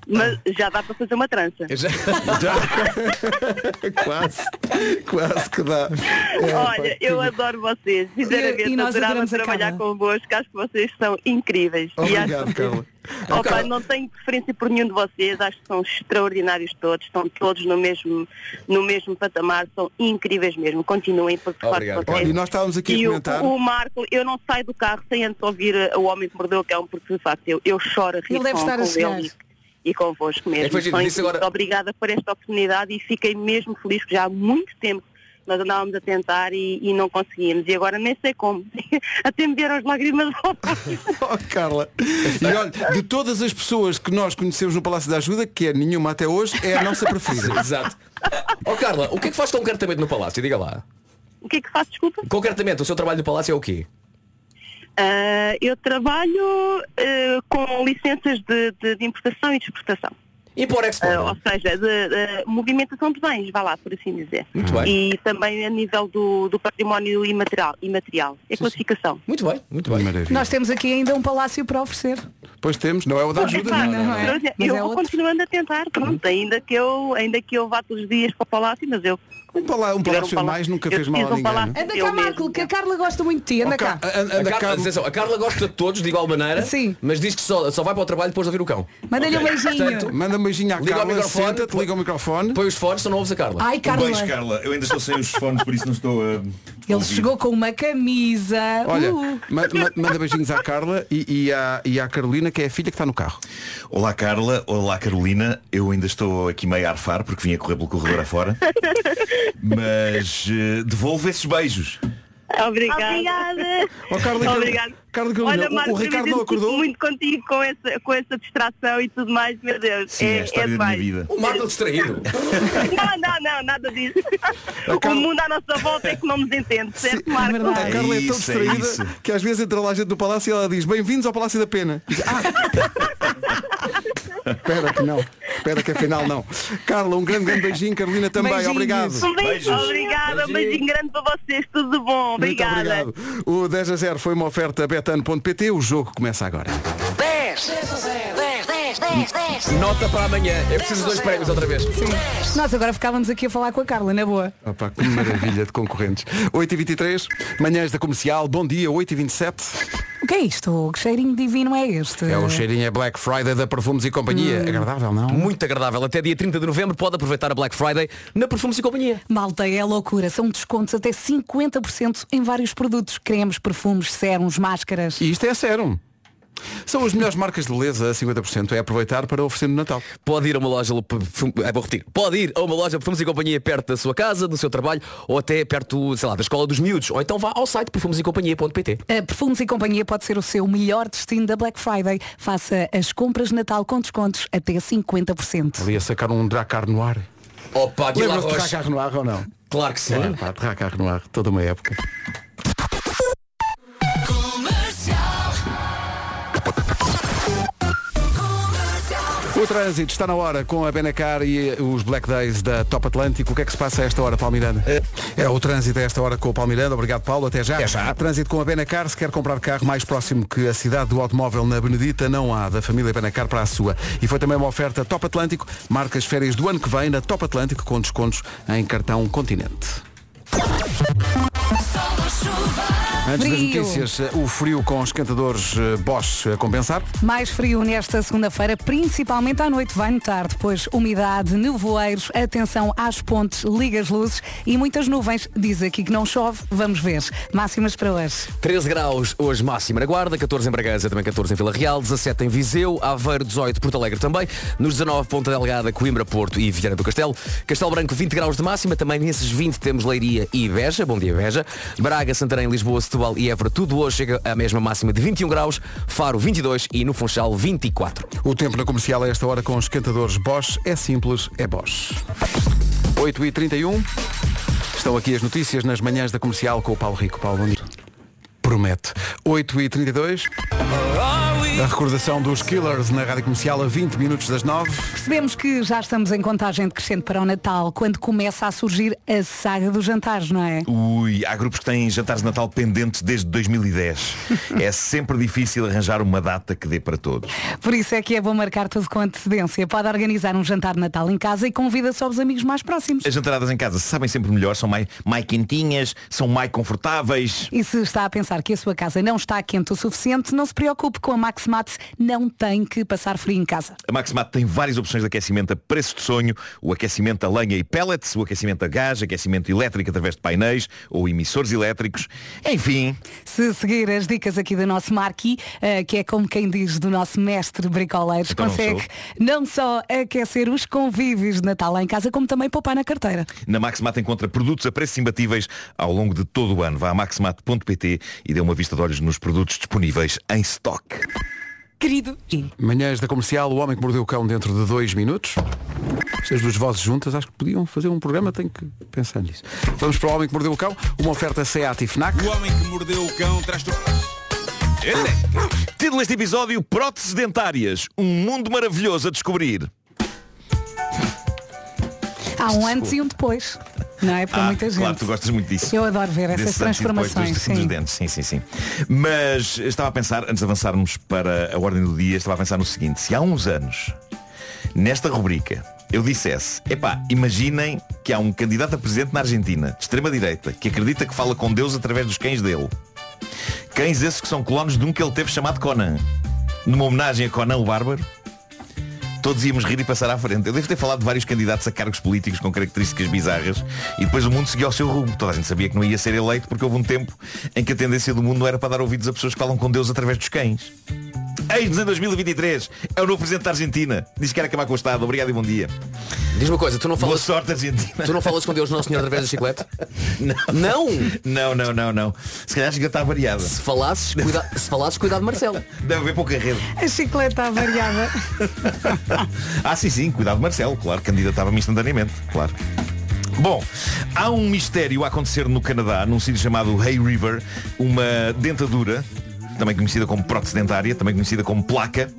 Mas já dá para fazer uma trança. Eu já- É Quase. Quase que dá. É, Olha, pá, eu adoro vocês. Sinceramente, E- e nós adorava adoramos a trabalhar Carla. convosco. Acho que vocês são incríveis. e acho Obrigado, que- Carla. Então, Opa, não tenho preferência por nenhum de vocês, acho que são extraordinários todos, estão todos no mesmo, no mesmo patamar, são incríveis mesmo, continuem por favor. Obrigado, vocês. Olha, e nós estávamos aqui E a o, comentar. o Marco, eu não saio do carro sem antes ouvir uh, o homem que mordeu o cão, porque de facto eu, eu choro a rir Ele deve com, estar a com chorar. ele e, e convosco É que foi mesmo. giro, São disse incríveis. agora- Obrigada por esta oportunidade e fiquei mesmo feliz que já há muito tempo nós andávamos a tentar e, e não conseguíamos. E agora nem sei como. <laughs> Até me vieram as lágrimas aos olhos. Oh, Carla. E olha, de todas as pessoas que nós conhecemos no Palácio da Ajuda, que é nenhuma até hoje, é a nossa preferida. Exato. Ó Carla, o que é que faz concretamente no Palácio? Diga lá. <laughs> O que é que faço, desculpa? Concretamente, o seu trabalho no Palácio é o quê? Ah, eu trabalho ah, com licenças de, de- de importação e de exportação. É, Ah, Uhum. Import-export. ou seja, de, de movimentação de bens, vá lá, por assim dizer. Muito bem. E também a nível do, do património imaterial, imaterial é classificação. Muito bem, muito bem. Nós temos aqui ainda um palácio para oferecer. Pois temos, não é o da ajuda. Epá, não, não é. Eu, Mas eu é vou outro. Uhum. continuando a tentar, pronto, ainda que eu, ainda que eu vá todos os dias para o palácio, mas eu. Um palácio, um tiver palácio a palácio- mais nunca eu fez mal a preciso de um ninguém, palácio não é? Anda eu cá, mesma. Marco, É que a Carla gosta muito de ti. Anda cá. Ca- an- A Anda, Carla, Carla. atenção, a Carla gosta de todos, de igual maneira, Sim. mas diz que só, só vai para o trabalho depois de ouvir o cão. Manda-lhe um beijinho. Portanto, Manda um beijinho à Liga o Carla, microfone. senta-te, liga o microfone. põe os fones, só não ouves a Carla. Um Ai, Carla. Beijo, Carla. Eu ainda estou sem os fones, por isso não estou eh, a. Ele chegou com uma camisa. Olha, Uh. ma- ma- manda beijinhos à Carla e, e à, e à Carolina, que é a filha que está no carro. Olá, Carla. Olá, Carolina. Eu ainda estou aqui meio a arfar, porque vim a correr pelo corredor afora. Mas eh, devolvo esses beijos. Obrigada. <laughs> Ó, Carla, e Carol- Obrigada. Carla e Carolina, Olha, o- Marco, o Ricardo eu não me identifico acordou? muito contigo com essa, com essa distração e tudo mais, meu Deus. Sim, é, a história da minha demais. vida. O Marco distraído. <laughs> Não, não, não, nada <laughs> disso. Carla- O mundo à nossa volta é que não nos entende, certo, Marco? A verdade. Carla é tão isso, é distraída isso. que às vezes entra lá gente do palácio e ela diz Bem-vindos ao Palácio da Pena. E diz, "Ah." <laughs> Espera que não. Espera que afinal não. Carla, um grande, grande beijinho. Carolina também. Beijinhos. Obrigado. Um beijo. Beijos. Obrigada, um Beijinho. beijinho grande para vocês, tudo de bom. Obrigada. Muito obrigado. O 10 a 0 foi uma oferta betano.pt. O jogo começa agora. 10 10 10 10 <laughs> Nota para amanhã. Eu preciso de dois prémios outra vez. Nós agora ficávamos aqui a falar com a Carla, na boa. Opa, que maravilha de concorrentes. 8h23, manhãs da comercial, bom dia, 8h27. O que é isto? Que cheirinho divino é este? É o cheirinho é Black Friday da Perfumes e Companhia. Agradável, não? Muito agradável. Até dia 30 de novembro pode aproveitar a Black Friday na Perfumes e Companhia. Malta, é loucura. São descontos até 50% em vários produtos. Cremes, perfumes, sérums, máscaras. E isto é sério. São as melhores marcas de beleza a 50%. É aproveitar para oferecer no Natal. Pode ir a uma loja perfum- ah, vou repetir. Pode ir a uma loja de perfumes e companhia perto da sua casa, do seu trabalho ou até perto, sei lá, da escola dos miúdos. Ou então vá ao site perfumesecompanhia.pt. A Perfumes e Companhia pode ser o seu melhor destino da Black Friday. Faça as compras de Natal com descontos até 50%. Ali a sacar um dracar no ar. Opa, Guilherme Lembram-se de dracar no ar ou não? Claro que sim. É, pá, dracar no ar, toda uma época. O trânsito está na hora com a Benacar e os Black Days da Top Atlântico. O que é que se passa a esta hora, Paulo Miranda? É o trânsito a esta hora com o Paulo Miranda. Obrigado, Paulo. Até já. Trânsito com a Benacar. Se quer comprar carro mais próximo que a cidade do automóvel na Benedita, não há. Da família Benacar para a sua. E foi também uma oferta Top Atlântico. Marca as férias do ano que vem na Top Atlântico com descontos em cartão Continente. Antes das Frio. notícias, eh, o frio com os esquentadores eh, Bosch a compensar. Mais frio nesta segunda-feira, principalmente à noite, vai notar depois umidade, nevoeiros, atenção às pontes, liga as luzes e muitas nuvens. Diz aqui que não chove, vamos ver. Máximas para hoje. 13 graus hoje máximo na Guarda, 14 em Bragança, também 14 em Vila Real, 17 em Viseu, Aveiro 18, Porto Alegre também, nos 19 Ponta Delgada, Coimbra, Porto e Viana do Castelo, Castelo Branco 20 graus de máxima, também nesses 20 temos Leiria e Beja, bom dia Beja, Braga, Santarém, Lisboa, Setúbal e Évora, tudo hoje chega à mesma máxima de 21 graus, Faro 22 e no Funchal 24. O tempo na comercial a esta hora com os esquentadores Bosch é simples, é Bosch. 8h31. Estão aqui as notícias nas manhãs da comercial com o Paulo Rico. Paulo, bom dia. Promete. 8h32. A recordação dos Killers na rádio comercial a 20 minutos das 9. Percebemos que já estamos em contagem decrescente para o Natal, quando começa a surgir a saga dos jantares, não é? Ui, há grupos que têm jantares de Natal pendentes desde 2010. é sempre difícil arranjar uma data que dê para todos. Por isso é que é bom marcar tudo com antecedência. Pode organizar um jantar de Natal em casa e convida só os amigos mais próximos. As jantaradas em casa sabem sempre melhor, são mais, mais quentinhas, são mais confortáveis. E se está a pensar que a sua casa não está quente o suficiente, não se preocupe com a Max Mate, não tem que passar frio em casa. A Maximat tem várias opções de aquecimento a preço de sonho, o aquecimento a lenha e pellets, o aquecimento a gás, aquecimento elétrico através de painéis ou emissores elétricos. Enfim, Se seguir as dicas aqui do nosso Marqui, eh, que é como quem diz do nosso mestre bricoleiros, Então não consegue não só aquecer os convívios de Natal lá em casa, como também poupar na carteira. na Maximat encontra produtos a preços imbatíveis ao longo de todo o ano. Vá a maximat.pt e dê uma vista de olhos nos produtos disponíveis em stock. Querido, sim. Manhãs da comercial, o homem que mordeu o cão dentro de 2 minutos. Se as duas vozes juntas, acho que podiam fazer um programa, tenho que pensar nisso. Vamos para o homem que mordeu o cão, uma oferta SEAT e FNAC. O homem que mordeu o cão traz tu... Título deste episódio, próteses dentárias. Um mundo maravilhoso a descobrir. há um antes e um depois, não é? Para Ah, muita gente. Claro, tu gostas muito disso. Eu adoro ver essas Desses antes e depois transformações. Dos, sim. dos dentes, sim, sim, sim. Mas estava a pensar, antes de avançarmos para a ordem do dia, estava a pensar no seguinte, se há uns anos, nesta rubrica, eu dissesse, epá, imaginem que há um candidato a presidente na Argentina, de extrema-direita, que acredita que fala com Deus através dos cães dele. Cães esses que são colonos de um que ele teve chamado Conan. Numa homenagem a Conan o Bárbaro, todos íamos rir e passar à frente. Eu devo ter falado de vários candidatos a cargos políticos com características bizarras e depois o mundo seguiu ao seu rumo. Toda a gente sabia que não ia ser eleito porque houve um tempo em que a tendência do mundo era para dar ouvidos a pessoas que falam com Deus através dos cães. Eis-nos em 2023. É o novo presidente da Argentina. Diz que quer acabar com o Estado. Obrigado e bom dia. Diz uma coisa, tu não Boa falas, sorte, Argentina. tu não falas com Deus Nosso Senhor através da chiclete? <laughs> Não. Não! Não, não, não, não. Se calhar acho que está variada. Se falasses, cuida... Se falasses cuidado Marcelo. Deve haver pouca rede. A chicleta variada. <laughs> Ah, sim, sim, cuidado Marcelo, claro, candidatava-me instantaneamente, claro. Bom, há um mistério a acontecer no Canadá, num sítio chamado Hay River, uma dentadura, também conhecida como prótese dentária, também conhecida como placa,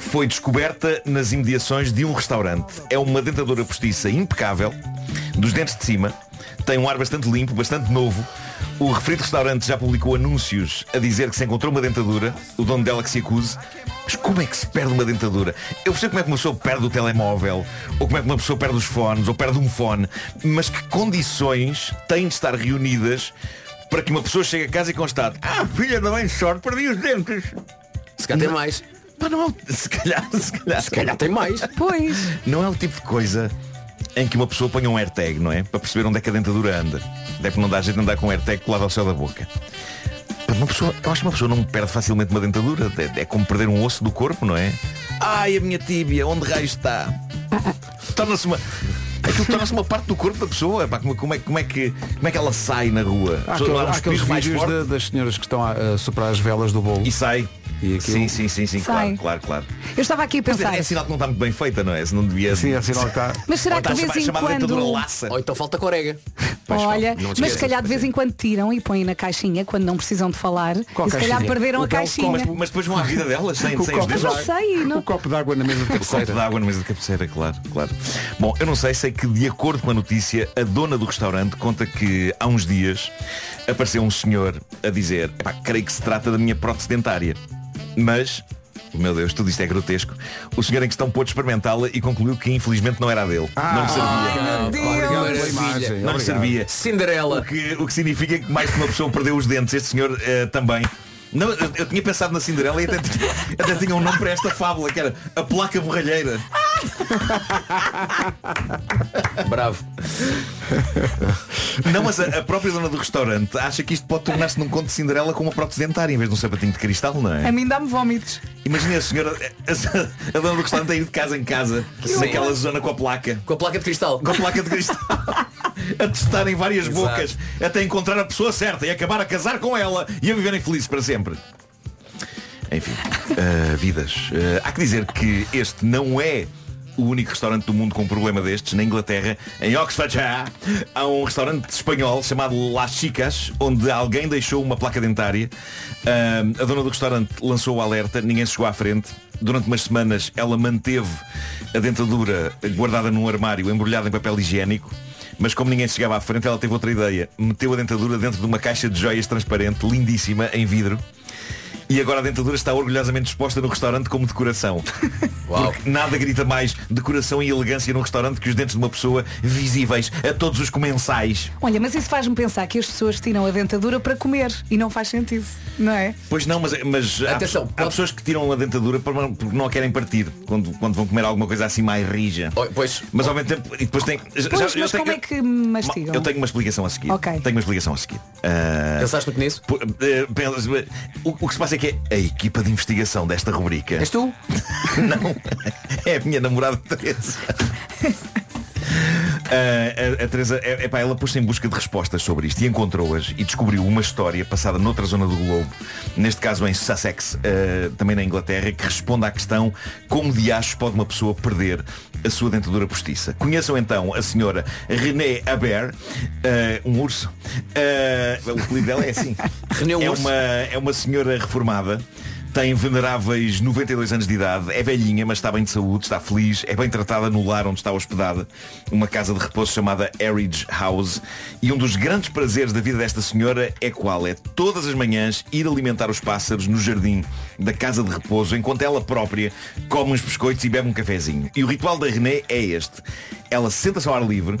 foi descoberta nas imediações de um restaurante. É uma dentadura postiça impecável, dos dentes de cima, tem um ar bastante limpo, bastante novo, O referido restaurante já publicou anúncios a dizer que se encontrou uma dentadura, o dono dela que se acuse. Mas como é que se perde uma dentadura? Eu percebo como é que uma pessoa perde o telemóvel, ou como é que uma pessoa perde os fones, ou perde um fone, mas que condições têm de estar reunidas para que uma pessoa chegue a casa e constate Ah, filha da mãe de sorte, perdi os dentes. <laughs> Se calhar tem mais. Pá, não é o- se calhar, se calhar. Se calhar tem mais. Pois. Não é o tipo de coisa em que uma pessoa põe um AirTag, não é? Para perceber onde é que a dentadura anda. Deve não dar jeito de andar com um AirTag colado ao céu da boca. Pá, Uma pessoa, eu acho que uma pessoa não perde facilmente uma dentadura. É, é como perder um osso do corpo, não é? Ai, a minha tíbia, onde raio está? Torna-se uma. Aquilo torna-se uma parte do corpo da pessoa. Pá, como, como é, como é que, como é que ela sai na rua? Há A pessoa aquele- dá um há aqueles espirro mais vídeos forte da- das senhoras que estão a, a soprar as velas do bolo. e sai. E aquilo- sim, sim, sim, sim, Sai. Então claro, claro, claro. Eu estava aqui a Mas pensar. é, é sinal que não está muito bem feita, não é? Se não devia. Sim, é sinal que está. Mas será Ou que está de vez chama- em chamada dentadura quando. laça. Ou então falta corega. Pois falta, Olha, não te mas esqueças, se calhar de vez em quando tiram e põem na caixinha quando não precisam de falar. Qual e se calhar caixinha? perderam O a tal- Mas, caixinha. mas depois vão à vida delas sem, O sem os copo dedos. Mas não sei, O não. copo d'água na mesa de O copo de cabeceira. água na mesa de cabeceira, claro, claro. Bom, eu não sei, sei que de acordo com a notícia, a dona do restaurante conta que há uns dias apareceu um senhor a dizer, "Epá, creio que se trata da minha prótese dentária. Mas, meu Deus, tudo isto é grotesco. O senhor em questão pôde experimentá-la e concluiu que infelizmente não era a dele. não lhe servia. Ai, meu Obrigado Deus. pela imagem. não lhe obrigado. servia. O Cinderela. que, o que significa que mais que uma pessoa perdeu os dentes, este senhor eh, também. Não, eu, eu tinha pensado na Cinderela e até, tinha- <laughs> até tinha um nome para esta fábula, que era a placa borralheira. Bravo. Não, mas a, a própria dona do restaurante acha que isto pode tornar-se num conto de Cinderela com uma prótese dentária em vez de um sapatinho de cristal, não A é? mim dá-me vómitos. Imagina a senhora, eh, a, <laughs> a dona do restaurante a ir de casa em casa, naquela zona com a placa. Com a placa de cristal. Com a placa de cristal. A testar em várias Exato. bocas, até encontrar a pessoa certa e acabar a casar com ela e a viverem felizes para sempre. Enfim, ah, vidas. Ah, há que dizer que este não é o único restaurante do mundo com um problema destes. Na Inglaterra, em Oxfordshire, há um restaurante espanhol chamado Las Chicas, onde alguém deixou uma placa dentária. Ah, a dona do restaurante lançou o alerta, ninguém se chegou à frente. Durante umas semanas ela manteve a dentadura guardada num armário, embrulhada em papel higiênico. Mas como ninguém chegava à frente, ela teve outra ideia. Meteu a dentadura dentro de uma caixa de joias transparente, lindíssima, em vidro. E agora a dentadura está orgulhosamente exposta no restaurante como <laughs> decoração. Uau. Porque nada grita mais decoração e elegância num restaurante que os dentes de uma pessoa visíveis a todos os comensais. Olha, mas isso faz-me pensar que as pessoas tiram a dentadura para comer e não faz sentido, não é? Pois não, mas, mas há, Atenção, há pode- pessoas que tiram a dentadura para- porque não a querem partir quando, quando vão comer alguma coisa assim mais rija. Oi, pois. Mas ao mesmo tempo, e depois tem. já- Pois, já- mas eu tenho- como é que mastigam? Eu tenho uma explicação a seguir. Ok. Tenho uma explicação a seguir. Ah, Pensaste muito nisso? por- eh, pensas- o, o que se passa é que é a equipa de investigação desta rubrica. És tu? <laughs> Não, é a minha namorada Teresa. Ah, a, a Teresa, é, epá, ela pôs-se em busca de respostas sobre isto e encontrou-as e descobriu uma história passada noutra zona do globo, neste caso em Sussex, ah, também na Inglaterra, que responde à questão como de achos pode uma pessoa perder a sua dentadura postiça. Conheçam então a senhora René Aber, ah, um urso. Ah, o apelido dela é assim. René um é urso. uma é uma senhora reformada tem veneráveis 92 anos de idade, é velhinha, mas está bem de saúde, está feliz, é bem tratada no lar onde está hospedada, uma casa de repouso chamada Heritage House. E um dos grandes prazeres da vida desta senhora é qual? É todas as manhãs ir alimentar os pássaros no jardim da casa de repouso, enquanto ela própria come uns biscoitos e bebe um cafezinho. E o ritual da René é este. Ela senta-se ao ar livre,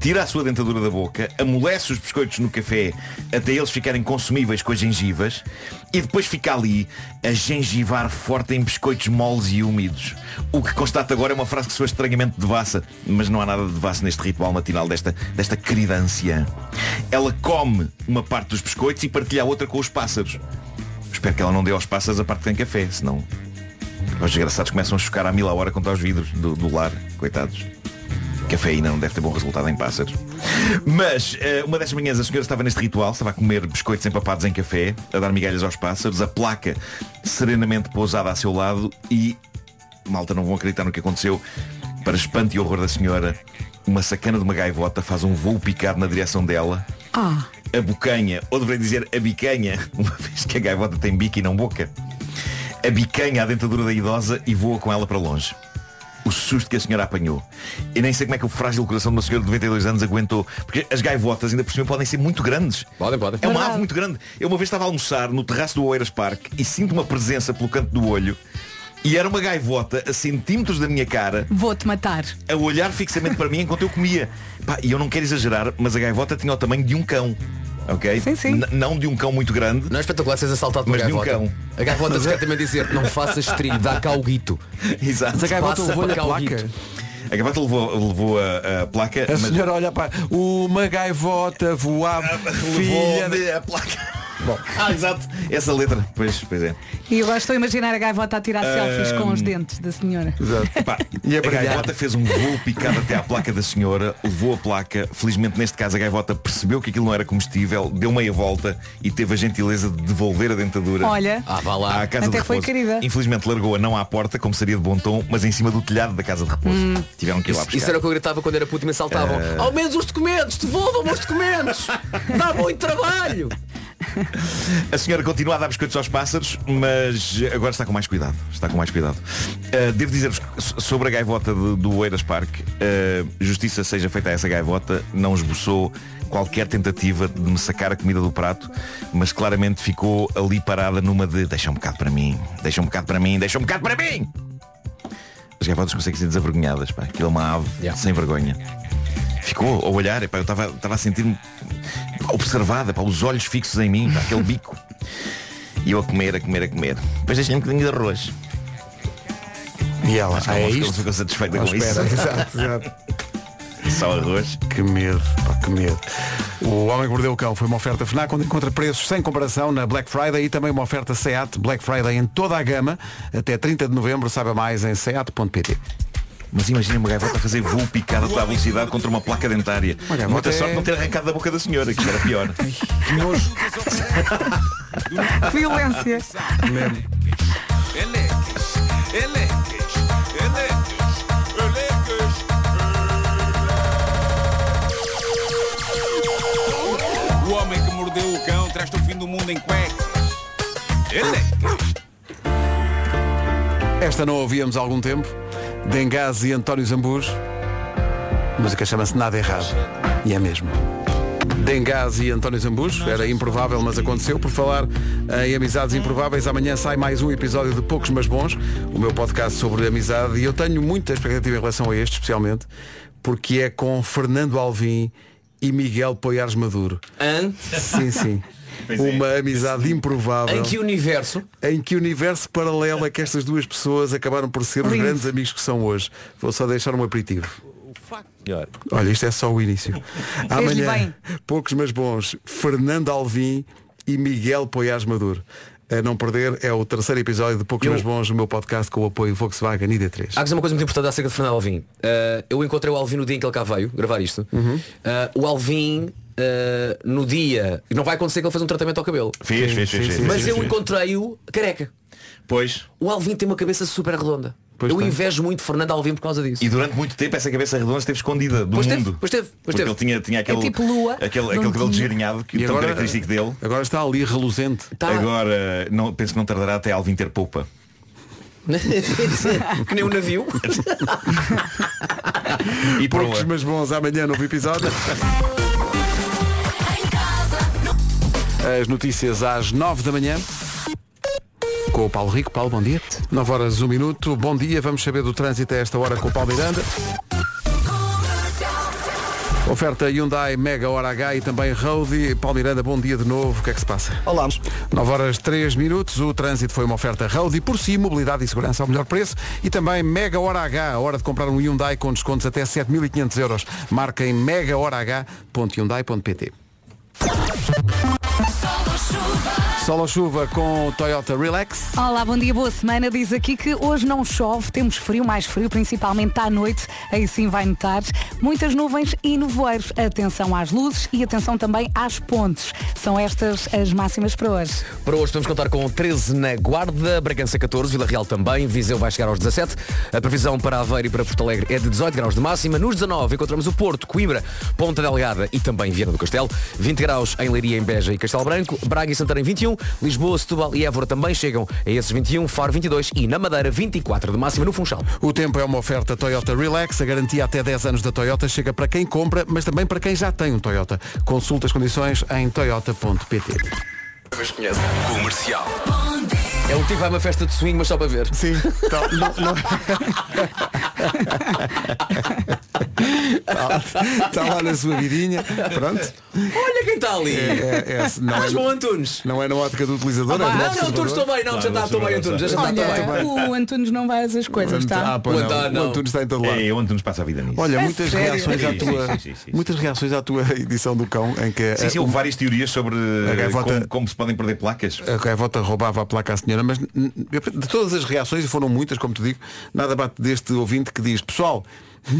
tira a sua dentadura da boca, amolece os biscoitos no café até eles ficarem consumíveis com as gengivas e depois fica ali a gengivar forte em biscoitos moles e úmidos. O que constato agora é uma frase que soa estranhamente devassa, mas não há nada de devasso neste ritual matinal desta, desta querida anciã. Ela come uma parte dos biscoitos e partilha a outra com os pássaros. Espero que ela não dê aos pássaros a parte que tem café, senão os desgraçados começam a chocar à mil a hora contra os vidros do, do lar, coitados. Cafeína não deve ter bom resultado em pássaros. Mas eh, uma das manhãs a senhora estava neste ritual, estava a comer biscoitos empapados em café, a dar migalhas aos pássaros, a placa serenamente pousada a seu lado e, malta, não vão acreditar no que aconteceu, para espanto e horror da senhora, uma sacana de uma gaivota faz um voo picado na direção dela, Ah, a bocanha, ou deveria dizer a bicanha, <laughs> uma vez que a gaivota tem bico e não boca, a bicanha à dentadura da idosa e voa com ela para longe. o susto que a senhora apanhou. E nem sei como é que o frágil coração de uma senhora de 92 anos aguentou, porque as gaivotas ainda por cima podem ser muito grandes. Podem, podem. É uma ave muito grande. Eu uma vez estava a almoçar no terraço do Oeiras Parque e sinto uma presença pelo canto do olho e era uma gaivota a centímetros da minha cara Vou-te matar. a olhar fixamente para mim enquanto eu comia. Pá, e eu não quero exagerar, mas a gaivota tinha o tamanho de um cão. Ok? Sim, sim. N- não de um cão muito grande. Não é espetacular seres assaltado por Mas de um gaivota. cão. é. A gaivota secretamente dizer não faças trilho, dá cá o guito. <laughs> Exato. Mas a gaivota Passa levou-lhe a para cá o placa. guito. A gaivota levou, levou a, a placa, A mas <laughs> senhora olha para uma gaivota voava filha da- levou a placa. Bom, ah, exato. Essa letra. Pois, pois é. E eu gosto de imaginar a gaivota a tirar selfies com os dentes da senhora. Pá, <laughs> E a a brilhar. gaivota fez um voo picado até à placa da senhora, levou a placa, felizmente neste caso a gaivota percebeu que aquilo não era comestível, deu meia volta e teve a gentileza de devolver a dentadura. Olha. Ah, vá lá. À casa Até de foi repouso. querida. Infelizmente largou-a não à porta, como seria de bom tom, mas em cima do telhado da casa de repouso. Hum. Tiveram que ir lá Isso, buscar. É. isso era o que eu gritava quando era puto e me assaltavam. Ao menos os documentos, devolvam-me os documentos. Dá muito trabalho. A senhora continua a dar biscoitos aos pássaros, mas agora está com mais cuidado. Está com mais cuidado. Uh, devo dizer-vos que so- sobre a gaivota de- do Oeiras Parque, uh, justiça seja feita a essa gaivota, não esboçou qualquer tentativa de me sacar a comida do prato, mas claramente ficou ali parada numa de deixa um bocado para mim, deixa um bocado para mim, deixa um bocado para mim. As gaivotas conseguem ser desavergonhadas, pá. Aquilo é uma ave Yeah. sem vergonha. Ficou a olhar, epá, eu estava estava a sentir-me observada, pá, os olhos fixos em mim, pá, aquele bico. E eu a comer, a comer, a comer. Depois deixei um bocadinho de arroz. E ela, Acho que ah, ela é não ficou- isto? ficou satisfeita Ah, com espera, <laughs> exato, exato. isso. <laughs> Só arroz. Que medo, pá, que medo. O Homem que Mordeu o Cão foi uma oferta FNAC onde encontra preços sem comparação na Black Friday e também uma oferta SEAT Black Friday em toda a gama até 30 de novembro. Saiba mais em seat.pt. Mas imagina uma gaivota a fazer voo picada pela velocidade contra uma placa dentária. Uma gaivota Muita é- sorte não ter arrancado da boca da senhora, que era <laughs> pior. Nojo. Violência. Eleques, eleques, eleques, eleques. O homem que mordeu o cão traz-te o fim do mundo em cuecas. Eleques. Esta não a ouvíamos há algum tempo. Dengazi e António Zambus. A música chama-se Nada Errado. E é mesmo. Dengazi e António Zambujo, era improvável, mas aconteceu. Por falar em amizades improváveis, amanhã sai mais um episódio de Poucos Mas Bons, o meu podcast sobre amizade, e eu tenho muita expectativa em relação a este, especialmente, porque é com Fernando Alvim e Miguel Poiares Maduro. Hã? Sim, sim. Pois é. Uma amizade improvável Em que universo? em que universo paralelo é que estas duas pessoas acabaram por ser os Lindo. grandes amigos que são hoje. Vou só deixar um aperitivo. Olha, isto é só o início. <laughs> Fez-lhe Amanhã, bem. poucos mas bons, Fernando Alvim e Miguel Poiás Maduro. A não perder é o terceiro episódio de Poucos Mas Bons, o meu podcast com o apoio Volkswagen ID3. Há que dizer uma coisa muito importante acerca de Fernando Alvim. Ah, eu encontrei o Alvim no dia em que ele cá veio gravar isto. Uhum. Ah, o Alvim, ah, no dia. Não vai acontecer que ele fez um tratamento ao cabelo. Fez, fez, fez, fez. fez, Mas fez, eu fez. encontrei-o careca. Pois. O Alvim tem uma cabeça super redonda. Pois eu tem. invejo muito Fernando Alvim por causa disso. E durante muito tempo essa cabeça redonda esteve escondida do Pois teve, mundo. pois teve, pois Porque teve. É ele tinha, tinha aquele, tipo lua, aquele, aquele não cabelo tinha. desgrenhado, que E tão agora- característico dele. Agora está ali reluzente. Tá. Agora, não, penso que não tardará até Alvin ter poupa. <laughs> que nem um navio. E Poucos proa. mas bons, amanhã novo episódio. As notícias às 9 da manhã. Com o Paulo Rico. Paulo, bom dia. 9 horas, 1 minuto. Bom dia. Vamos saber do trânsito a esta hora com o Paulo Miranda. Oferta Hyundai Mega Hora H e também Roadie. Paulo Miranda, bom dia de novo. O que é que se passa? Olá. 9 horas 3 minutos, o trânsito foi uma oferta Road e por si, mobilidade e segurança ao melhor preço e também Mega Hora H, a hora de comprar um Hyundai com descontos até 7.500 euros. Marca em megahorah.hyundai.pt Sol ou chuva com o Toyota Relax. Olá, bom dia, boa semana. Diz aqui que hoje não chove, temos frio, mais frio, principalmente à noite, aí sim vai notar. Muitas nuvens e nevoeiros. Atenção às luzes e atenção também às pontes. São estas as máximas para hoje. Para hoje podemos contar com 13 na Guarda, Bragança 14, Vila Real também, Viseu vai chegar aos 17. A previsão para Aveiro e para Porto Alegre é de 18 graus de máxima. Nos 19 encontramos o Porto, Coimbra, Ponta Delgada e também Viana do Castelo. 20 graus em Leiria, em Beja e Castelo Branco. Braga e Santarém 21. Lisboa, Setúbal e Évora também chegam a esses 21, Faro 22 e na Madeira 24 de máxima no Funchal. O tempo é uma oferta Toyota Relax. A garantia até 10 anos da Toyota chega para quem compra, mas também para quem já tem um Toyota. Consulte as condições em toyota.pt. Comercial. É um tipo que vai a uma festa de swing, mas só para ver. Sim. Tá, <laughs> não, não... Está Ah, tá lá na sua vidinha. Pronto. <laughs> Olha quem está ali. É, é, é, não, Mas é, bom Antunes. não é na ótica do utilizador, é Ah, do não, observador. Antunes, estou bem. Não, já está, estou bem, Antunes. Já está, estou bem. Olha, o Antunes não vai a essas coisas, Ah, tá? pois O não. Antunes não. O Antunes está em todo lado. É onde nos passa a vida nisso. Olha, É muitas sério? reações à Sim, tua sim, sim, sim. muitas reações à tua edição do cão em que é Sim, sim, a, houve várias teorias sobre eh, A gaivota- Eh, como, como se podem perder placas. a gaivota roubava a placa à senhora, mas n- eu- de todas as reações, e foram muitas, como te digo, nada bate deste ouvinte que diz, pessoal, <laughs>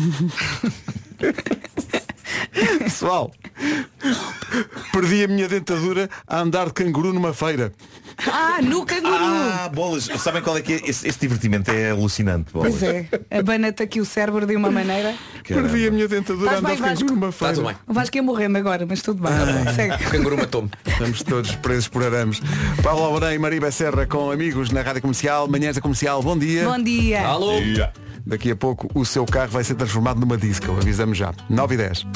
pessoal, perdi a minha dentadura a andar de canguru numa feira. Ah, no canguru! Ah, bolas, sabem qual é que é? Esse, esse divertimento é alucinante, bolas. Pois é, abana-te aqui o cérebro de uma maneira. Caramba. Perdi a minha dentadura a Estás andar bem, de canguru Vasco? numa Está feira. tudo bem. O Vasco ia morrendo agora, mas tudo bem. Segue. O canguru matou-me. Estamos todos presos por arames. Paulo Alvarém e Maria Becerra com amigos na Rádio Comercial. Manhãs da Comercial, bom dia. Bom dia. Alô? é. Yeah. Daqui a pouco o seu carro vai ser transformado numa disco, avisamos já. 9 e 10.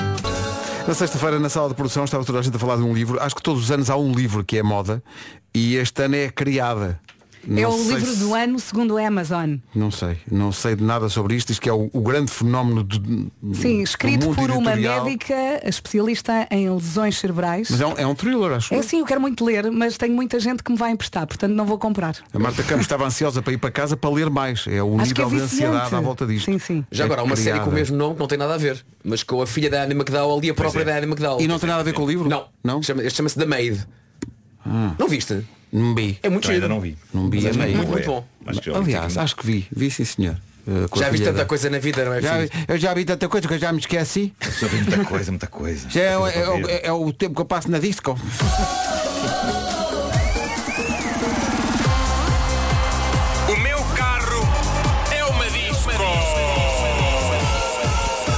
Na sexta-feira, na sala de produção, estava toda a gente a falar de um livro. Acho que todos os anos há um livro que é moda e este ano é a criada. É Não o sei livro se- do ano segundo a Amazon. Não sei, não sei de nada sobre isto. Diz que é o, o grande fenómeno de, Sim, do escrito mundo por uma editorial. médica especialista em lesões cerebrais. Mas é um, é um thriller, acho. É sim, eu quero muito ler, mas tenho muita gente que me vai emprestar, portanto não vou comprar. A Marta Campos estava ansiosa para ir para casa para ler mais. É o Acho que nível é de viciante. ansiedade à volta disto. É Sim, sim. Já agora, há uma série Criada. com o mesmo nome que não tem nada a ver, mas com a filha da Annie McDowell e a própria da Annie McDowell. é. E não tem nada a ver com o livro? Não. Não? Chama, este chama-se The Maid. Não viste? Não vi. É muito Também ainda giro. não vi. Então Não vi, Mas acho mas- que muito, vou, muito é. bom. Acho que já ouvi Aliás, dizer acho que vi. Vi, sim, senhor. Eh, com a Já viste filha tanta da- coisa na vida, não é Já- filho? eu já vi tanta coisa que eu já me <laughs> esqueci. que- Só vi muita coisa, muita coisa. Já é, Muita coisa é- para ver. é- é o tempo que eu passo na disco. <laughs> O meu carro é uma disco.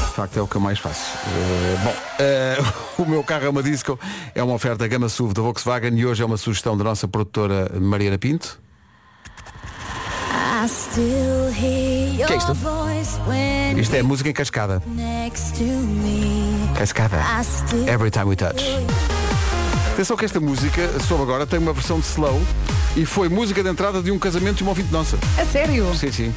De facto, é o que eu mais faço. Eh, bom, eh, <laughs> o meu carro é uma disco. É uma oferta Gama SUV da Volkswagen e hoje é uma sugestão da nossa produtora Mariana Pinto. Que é isto? Isto é música em cascada. Cascada. Every Time We Touch. Atenção que esta música, soube agora, tem uma versão de slow e foi música de entrada de um casamento de uma ouvinte nossa. A sério? Sim, sim.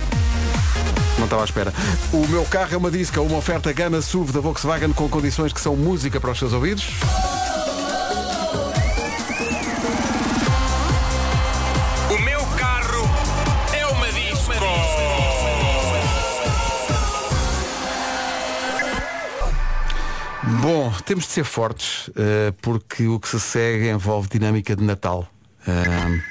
Não estava à espera. O meu carro é uma disca, uma oferta gama SUV da Volkswagen com condições que são música para os seus ouvidos. O meu carro é uma disco. Bom, temos de ser fortes, eh, porque o que se segue envolve dinâmica de Natal. Eh,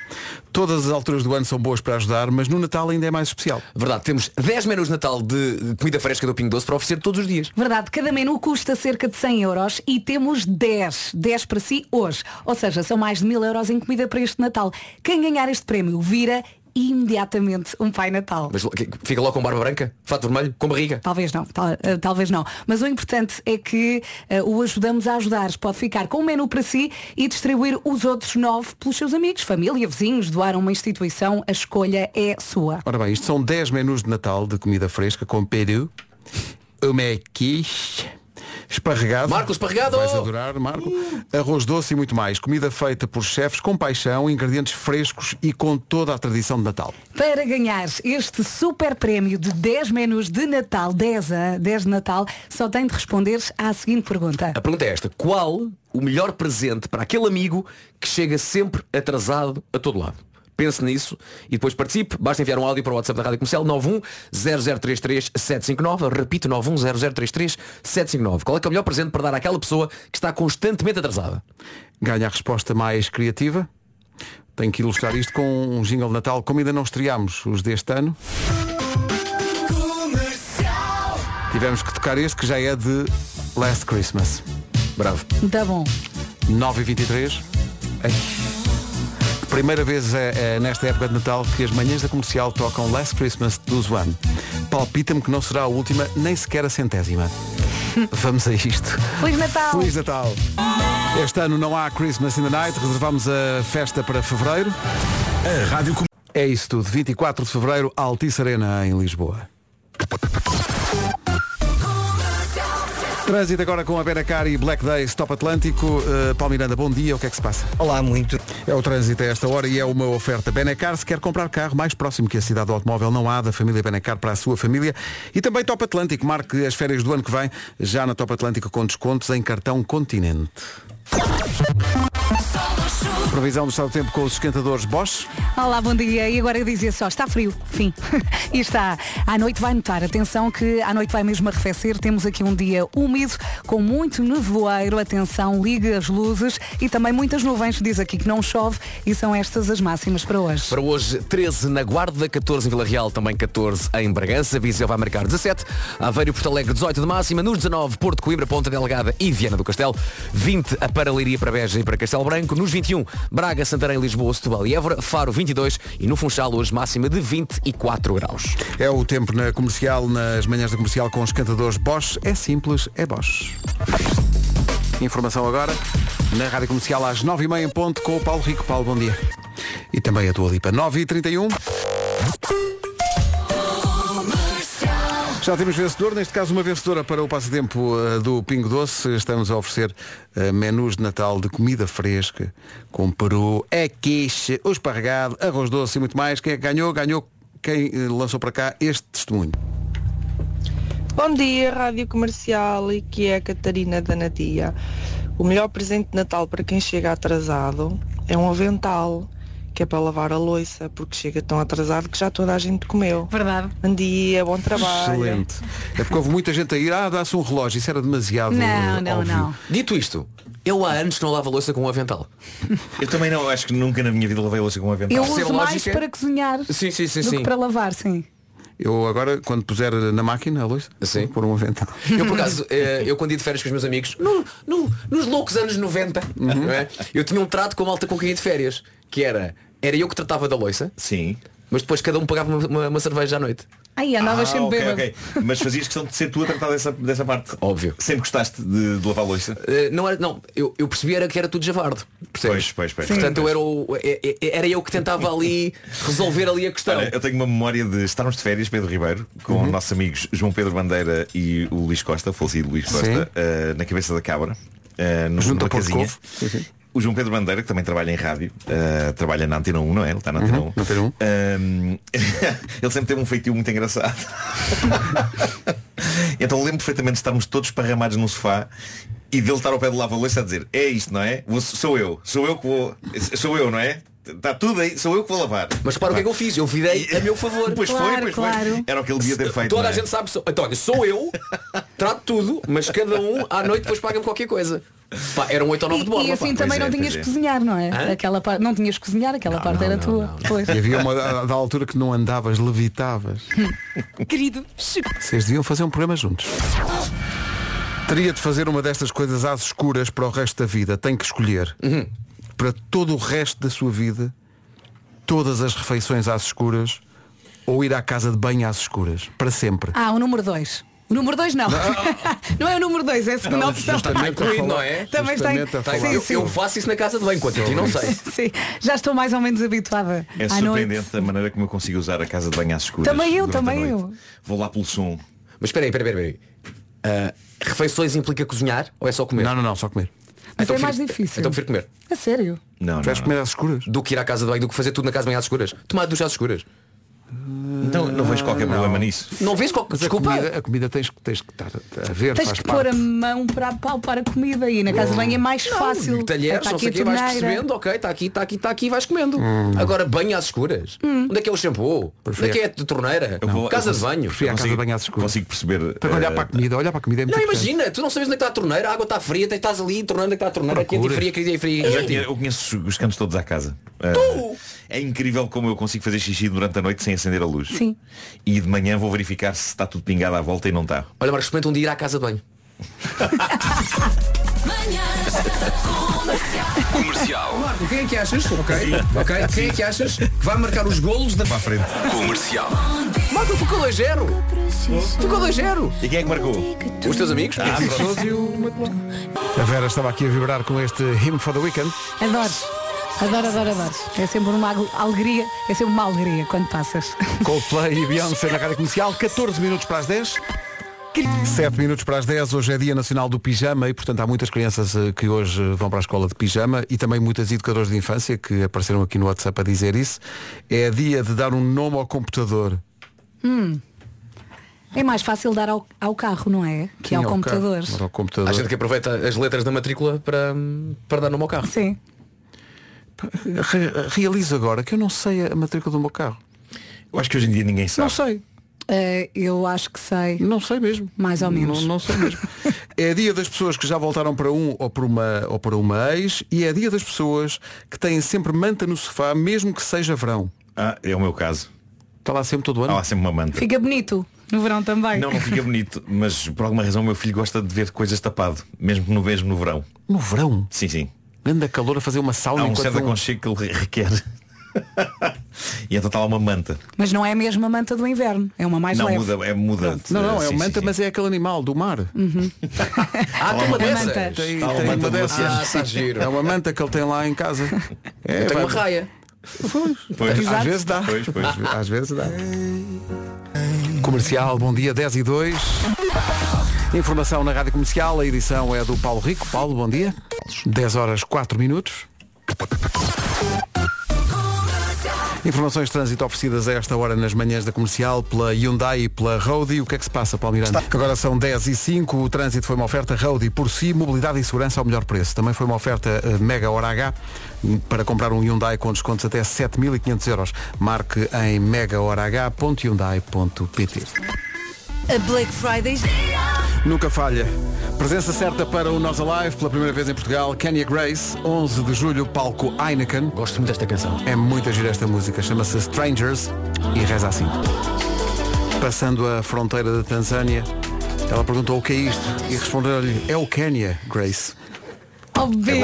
todas as alturas do ano são boas para ajudar, mas no Natal ainda é mais especial. Verdade, temos 10 menus de Natal de comida fresca do Pingo Doce para oferecer todos os dias. Verdade, cada menu custa cerca de 100 euros e temos 10, 10 para si hoje. Ou seja, são mais de 1000 euros em comida para este Natal. Quem ganhar este prémio vira imediatamente um Pai Natal. Mas lo- que- fica logo com barba branca, fato vermelho, com barriga. Talvez não, tal- eh, talvez não. Mas o importante é que eh, o ajudamos a ajudar. Pode ficar com um menu para si e distribuir os outros nove pelos seus amigos, família, vizinhos, doar a uma instituição, a escolha é sua. Ora bem, isto são 10 menus de Natal de comida fresca com peru, uma quiche, esparregado. Marco, esparregado! Vais adorar, Marco. Arroz doce e muito mais. Comida feita por chefes com paixão, ingredientes frescos e com toda a tradição de Natal. Para ganhar este super prémio de 10 menus de Natal, 10 a 10 de Natal, só tem de responder à seguinte pergunta. A pergunta é esta, qual o melhor presente para aquele amigo que chega sempre atrasado a todo lado? Pense nisso e depois participe. Basta enviar um áudio para o WhatsApp da Rádio Comercial 910033759. Repito, 910033759. Qual é que é o melhor presente para dar àquela pessoa que está constantemente atrasada? Ganha a resposta mais criativa. Tenho que ilustrar isto com um jingle de Natal, como ainda não estreámos os deste ano. Tivemos que tocar este que já é de Last Christmas. Bravo. Tá bom. 9 e 23 Primeira vez é, é nesta época de Natal que as manhãs da comercial tocam Last Christmas dos One. Palpita-me que não será a última, <laughs> nem sequer a centésima. Vamos a isto. Feliz Natal! Feliz Natal! Este ano não há Christmas in the Night, reservamos a festa para fevereiro. A rádio É isso tudo, 24 de fevereiro, Altice Arena, em Lisboa. Trânsito agora com a Benacar e Black Days Top Atlântico. Uh, Paulo Miranda, bom dia. O que é que se passa? Olá, muito. É o trânsito a esta hora e é uma oferta Benacar. Se quer comprar carro mais próximo que a cidade do automóvel, não há da família Benacar para a sua família. E também Top Atlântico. Marque as férias do ano que vem já na Top Atlântico com descontos em cartão Continente. Previsão do estado do tempo com os esquentadores Bosch. Olá, bom dia. E agora eu dizia só, está frio, fim. <laughs> e está. À noite vai notar, atenção que à noite vai mesmo arrefecer. Temos aqui um dia úmido, com muito nevoeiro. Atenção, ligue as luzes e também muitas nuvens. Diz aqui que não chove e são estas as máximas para hoje. Para hoje, 13 na Guarda, 14 em Vila Real, também 14 em Bragança. Viseu vai marcar 17. Aveiro e Porto Alegre, 18 de máxima. Nos 19, Porto Coimbra, Ponta Delgada e Viana do Castelo. 20, a Paraliria para Beja e para Castelo Branco. Nos 21, Braga, Santarém, Lisboa, Setúbal e Évora. Faro, 22. E no Funchal, hoje, máxima de 24 graus. É o tempo na comercial, nas manhãs da comercial com os cantadores Bosch. É simples, é Bosch. Informação agora na Rádio Comercial às 9h30 em ponto com o Paulo Rico. Paulo, bom dia. E um. também a tua Lipa, 9h31. Já temos vencedor, neste caso uma vencedora para o passatempo eh, do Pingo Doce. Estamos a oferecer eh, menus de Natal de comida fresca, com peru, é quiche, o esparregado, arroz doce e muito mais. Quem é que ganhou? Ganhou quem eh, lançou para cá este testemunho. Bom dia, Rádio Comercial, e que é a Catarina da Nadia. O melhor presente de Natal para quem chega atrasado é um avental, que é para lavar a louça, porque chega tão atrasado que já toda a gente comeu. Verdade. Bom dia, bom trabalho. Excelente. É porque houve muita gente a ir, ah, dá-se um relógio, isso era demasiado. eh, óbvio. Dito isto, eu há anos que não lavo a louça com um avental. Eu também não, acho que nunca na minha vida lavei a louça com um avental. Eu uso mais para cozinhar Sim, sim, sim, do sim. que para lavar, sim. Eu agora, quando puser na máquina a luz, Sim. pôr um avental. Eu por acaso, eh, eu quando ia de férias com os meus amigos, no- no- nos loucos anos 90, Uhum. não é? eu tinha um trato com a malta com quem ia de férias, que era, era eu que tratava da loiça, Sim. mas depois cada um pagava uma, uma- uma cerveja à noite. Aí andava ah, sempre ok, bêbado. ok. Mas fazias questão de ser tu a tratar dessa, dessa parte. Óbvio. Sempre gostaste de, de lavar a louça? Eh, não, era, não eu, eu percebi era que era tudo javardo. Percebes? Pois, pois, pois. Portanto, eu era, o, eh, eh, era eu que tentava ali resolver ali a questão. Olha, eu tenho uma memória de estarmos de férias, Pedro Ribeiro, com Uhum. nossos amigos João Pedro Bandeira e o Luís Costa, o falecido Luís Sim. Costa, eh, na cabeça da cabra, eh, num- Junto numa ao Porto casinha. Covo. Sim, sim. O João Pedro Bandeira, que também trabalha em rádio, eh, trabalha na Antena 1, não é? Ele está na Antena 1. na Uhum, Antena 1. Ahm, <laughs> ele sempre teve um feitio muito engraçado. <laughs> então lembro perfeitamente de estarmos todos parramados num sofá e dele estar ao pé do lava-louça a dizer, é isto, não é? Vou- Sou eu, sou eu que vou. Sou eu, não é? Está tudo aí, sou eu que vou lavar. Mas repara o que é que eu fiz, eu virei a meu favor. Pois Claro, foi, pois claro. foi. Era o que ele devia ter feito. Toda não a é? gente sabe, sou, então, olha, sou eu, trato tudo, mas cada um à noite depois paga-me qualquer coisa. Pá, eram 8 ou 9 de E, bola. e assim pá. também Pois não é, tinhas pois é. que cozinhar, não é? Aquela parte, não tinhas que cozinhar, aquela parte era tua. Pois. E havia uma da da altura que não andavas, levitavas. Querido, Vocês deviam fazer um programa juntos. Teria de fazer uma destas coisas às escuras para o resto da vida. Tem que escolher. Para todo o resto da sua vida, todas as refeições às escuras ou ir à casa de banho às escuras. Para sempre. Ah, o número 2. O número 2 não. <laughs> não é o número 2, é a segunda opção. Está incluído, não é? Também está em- justamente a Está falar incluído. Sim, eu, sim. eu faço isso na casa de banho, enquanto eu não sei. <laughs> Sim, já estou mais ou menos habituada É à noite. surpreendente a maneira como eu consigo usar a casa de banho às escuras. Também eu, durante a também noite. Vou lá pelo som. Mas espera aí, espera aí, espera aí. Ah, refeições implica cozinhar ou é só comer? Então Não, não, não, só comer. Mas é prefiro- mais difícil. Então prefiro comer. A sério. Não, Tu vais não, comer às escuras? Do que ir à casa de banho, do que fazer tudo na casa de banho às escuras. Tomar ducha às escuras. não. Não, não vejo qualquer problema nisso. Não vês qual... Mas a Desculpa. comida, a comida tens, que- tens que estar a ver. Tens faz que parte. pôr a mão para a palpar a comida e na casa de banho é mais fácil. Talheres, Está não sei aqui o a que, vais torneira. percebendo, ok, está aqui, está aqui, está aqui, vais comendo. Agora banho às escuras. Hum. Onde é que é o shampoo? Hum. Prefiro- Onde é que é a torneira? Eu vou- casa eu de vou- banho. Fui à casa de banho às escuras. Consigo perceber. Para olhar eh, para a comida, olhar para a comida é muito Não, importante. imagina, tu não sabes onde é que está a torneira, a água está fria, até estás ali, torneira onde é que está a torneira, quente e Procuras. fria, querida e fria. eu já conhe- eu conheço os cantos todos à casa. Eh, É incrível como eu consigo fazer xixi durante a noite sem acender a luz. Sim. E de manhã vou verificar se está tudo pingado à volta e não está. Olha, Marcos, experimenta um dia ir à casa de banho. Comercial. Marco, quem é que achas? Ok, ok. Quem é que achas que vai marcar os golos da. Para frente. Comercial. Marco ficou 2 0 Ficou 2 0 E quem é que marcou? Os teus amigos? Ah, pronto. A Vera estava aqui a vibrar com este Hymn for the Weekend. Adoro. Adoro, adoro, adoro. É sempre uma agu- alegria, é sempre uma alegria quando passas. Coldplay e Beyoncé na Rádio Comercial, 14 minutos para as 10. 7 minutos para as 10, hoje é Dia Nacional do Pijama e, portanto, há muitas crianças eh, que hoje eh, vão para a escola de pijama e também muitas educadoras de infância que apareceram aqui no WhatsApp a dizer isso. É dia de dar um nome ao computador. Hum. É mais fácil dar ao, ao carro, não é? Que Sim, ao ao computador. carro. Dar ao computador. Há gente que aproveita as letras da matrícula para, para dar no meu carro. Sim. Re- Realizo agora que eu não sei a matrícula do meu carro. Eu acho que hoje em dia ninguém Tá. sabe. Não sei. Eh, eu acho que sei. Não sei mesmo. Mais ou menos. Não, não sei <laughs> mesmo. É dia das pessoas que já voltaram para um ou para uma ou para uma ex e é dia das pessoas que têm sempre manta no sofá, mesmo que seja verão. Ah, é o meu caso. Está lá sempre todo ano? Está lá sempre uma manta. Fica bonito. No verão também. Não, não fica bonito, mas por alguma razão o meu filho gosta de ver coisas tapado, mesmo no mesmo no verão. No verão? Sim, sim. Anda calor a fazer uma sauna Ah. Há um enquanto certo não- aconchego que ele re- requer. <laughs> e então está lá uma manta. Mas não é a mesma manta do inverno. É Ah, uma mais não, leve. muda, é muda. Não, não, Eh, é sim, o manta, sim, mas é aquele animal do mar. Uhum. Ah, tem uma Tem- dessas. tem- é, tem Há uma uma manta de dessas. maciço. Ah, está giro. É uma manta que ele tem lá em casa. É, Eu tenho vai- uma raia. Ah, Pois, Exato. às vezes dá. Pois, pois. Às vezes dá. Comercial, bom dia, 10 e 2. Informação na Rádio Comercial, a edição é do Paulo Rico. Paulo, bom dia. 10 horas 4 minutos. Informações de trânsito oferecidas a esta hora nas manhãs da comercial pela Hyundai e pela Roadie. O que é que se passa, Paulo Miranda? Agora são 10 e 5 o trânsito foi uma oferta Roadie por si, mobilidade e segurança ao melhor preço. Também foi uma oferta eh, Mega Hora H hum, para comprar um Hyundai com descontos até 7.500 euros. Marque em megahorah.hyundai.pt A Black Friday. Nunca falha. Presença certa para o Nós Alive, pela primeira vez em Portugal, Kenya Grace, 11 de julho, palco Heineken. Gosto muito desta canção. É muito gira esta música, chama-se Strangers e reza assim. Passando a fronteira da Tanzânia, ela perguntou o que é isto e responderam-lhe, é o Kenya, Grace. Oh, É boa.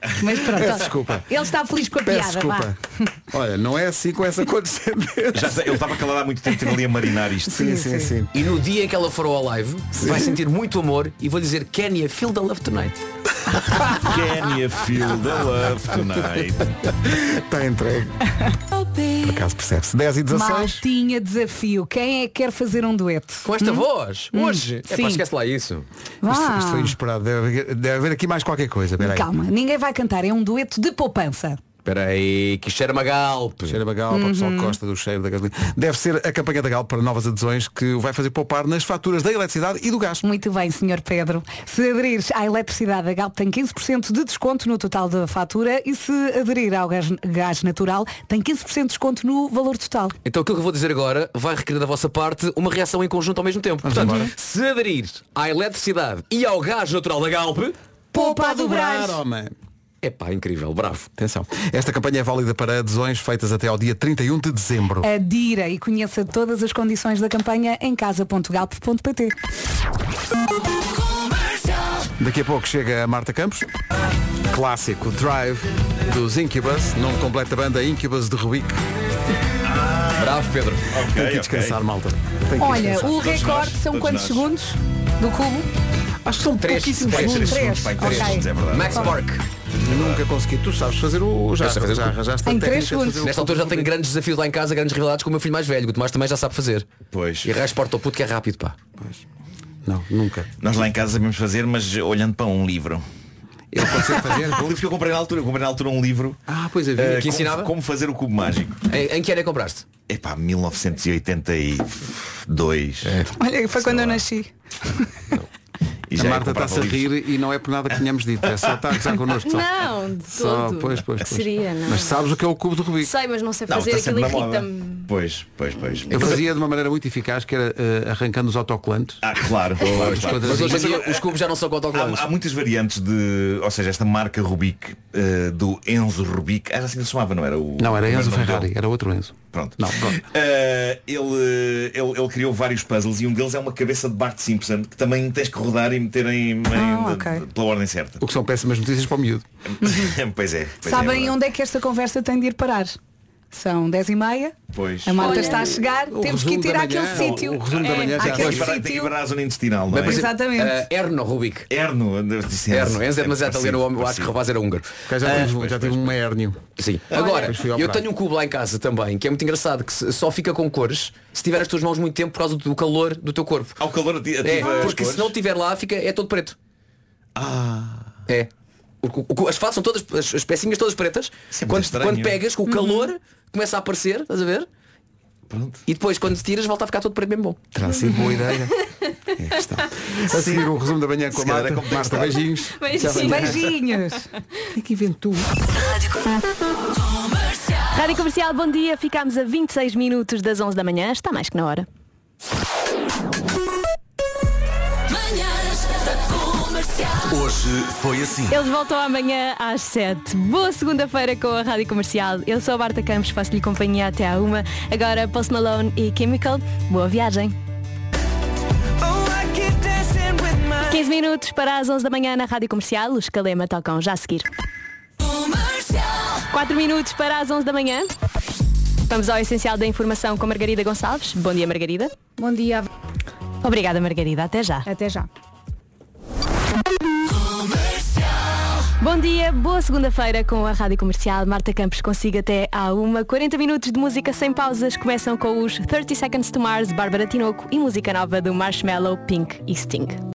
Pedro! Mas pronto. Desculpa. Ele está feliz com a Peço piada, desculpa. <laughs> vá. Olha, não é assim com essa condescendência. <laughs> Já sei, ele estava calado há muito tempo, teve ali a marinar isto. E no dia em que ela for ao live, vai sentir muito amor e vou lhe dizer Kenya, feel the love tonight. Kenya, feel the love tonight. Está Tá <laughs> entregue. Por acaso percebe-se. 10 e 16. Maltinha desafio. Quem é que quer fazer um dueto? Com esta Hum? voz, Hum, hoje. É Sim. pá, esquece lá isso. Vá. é Isto, isto foi inesperado. Deve, haver- deve haver aqui mais qualquer coisa. Espera aí. Calma, ninguém vai cantar. É um dueto de poupança. Espera aí, que cheira Magalpe. Cheira Magalpe, o pessoal Uhum. gosta do cheiro da gasolina. Deve ser a campanha da Galp para novas adesões que vai fazer poupar nas faturas da eletricidade e do gás. Muito bem, Sr. Pedro. Se aderires à eletricidade, a Galp tem 15% de desconto no total da fatura e se aderir ao gás, gás natural, tem 15% de desconto no valor total. Então aquilo que eu vou dizer agora vai requerer da vossa parte uma reação em conjunto ao mesmo tempo. Portanto, se aderir à eletricidade e ao gás natural da Galp, poupa a dobrar. homem. É pá, incrível, bravo. Atenção. Esta campanha é válida para adesões feitas até ao dia 31 de dezembro. Adira e conheça todas as condições da campanha em casa.galp.pt. É. Daqui a pouco chega a Marta Campos. Clássico Drive dos Incubus. Nome completo da banda Incubus de Rubik. Bravo, Pedro. Tem que descansar, malta. Tem que Olha, descansar. o recorde são quantos segundos do cubo? Acho que são Três, três, três, segundos. segundos, pai, três ok. segundos, é verdade. Max Borg. Nunca consegui. Tu sabes fazer o. Já, Eu sei fazer o já cubo. arranjaste a técnica de fazer o Nesta cubo altura já de tenho Rubik. grandes desafios lá em casa, grandes rivalidades com o meu filho mais velho. O Tomás também já sabe fazer. Pois. E arrasta porta ao puto que é rápido, pá. Não, nunca. Nós lá em casa sabemos fazer, mas olhando para um livro. Eu consigo fazer. o livro que eu comprei na altura, eu comprei na altura um livro. Ah, pois é, eh, que como- ensinava? Como fazer o cubo mágico. Em, em que área compraste? Epá, 1982. É. Olha, foi quando eu nasci. E a já é Marta eu comprava está-se a rir e não é por nada que tínhamos dito. É só está a gozar connosco. só. Não, de Só, todo. pois, pois, pois. Seria, não. Mas sabes o que é o cubo de Rubik? Sei, mas não sei Não, fazer está aquilo sempre na moda. irrita-me. Pois, pois, pois. Eu fazia de uma maneira muito eficaz, que era eh, arrancando os autocolantes. assim. Ah, claro. Pois, quantas- Mas hoje em dia os cubos já não são com autocolantes. Há, há muitas variantes de, ou seja, esta marca Rubik, eh, do Enzo Rubik, era assim que ele se chamava, não era o. Não, era o Enzo primeiro nome Ferrari, dele? era outro Enzo. Pronto. Não, pronto. Eh, ele, ele, ele criou vários puzzles e um deles é uma cabeça de Bart Simpson que também tens que rodar e meterem em- Ah, em- ok. pela ordem certa. O que são péssimas notícias para o miúdo. <laughs> pois é. Pois é, é Sabem verdade. onde é que esta conversa tem de ir parar? São 10 e meia. Pois. A Marta está a chegar, O temos que resumo ir da tirar aquele manhã- sítio. O resumo da É, manhã já àquele Tem que parar- tem que sítio. parar a zona intestinal, não é? Mas, por exemplo, Exatamente. eh, Erno Rubik. Erno, disse Erno, Enzo é demasiado italiano, o homem- eu acho que o rapaz era húngaro. já Ah, tive, já tive um hérnio. Sim. Olha. Agora, Depois fui ao eu prato. tenho um cubo lá em casa também, que é muito engraçado, que se- só fica com cores se tiver as tuas mãos muito tempo por causa do calor do teu corpo. Ao calor ativa é, as Porque cores. se não tiver lá, fica, é todo preto. Ah. É. O- o- o- as faces são todas, as, as pecinhas todas pretas. quando, é estranho. quando pegas, com o calor começa a aparecer, estás a ver? E depois quando tiras volta a ficar todo preto mesmo bom. Terá sido boa <laughs> ideia. É A seguir o resumo da manhã com a Se calhar Marta. é como tem que Marta, estar. beijinhos. Beijinhos. Até amanhã. Beijinhos. O que é que inventou? Rádio Comercial, bom dia. Ficámos a 26 minutos das 11 da manhã. Está mais que na hora. Hoje foi assim. Eles voltam amanhã às 7. Boa segunda-feira com a Rádio Comercial. Eu sou a Barta Campos, faço-lhe companhia até à uma. Agora Post Malone e Chemical. Boa viagem. 15 minutos para as 11 da manhã na Rádio Comercial. Os Calema tocam já a seguir. 4 minutos para as 11 da manhã. Vamos ao essencial da informação com Margarida Gonçalves. Bom dia, Margarida. Bom dia. Obrigada, Margarida. Até já. Até já. Bom dia, boa segunda-feira com a Rádio Comercial. Marta Campos consigo até à uma. 40 minutos de música sem pausas começam com os 30 Seconds to Mars, Bárbara Tinoco e música nova do Marshmallow, Pink e Sting.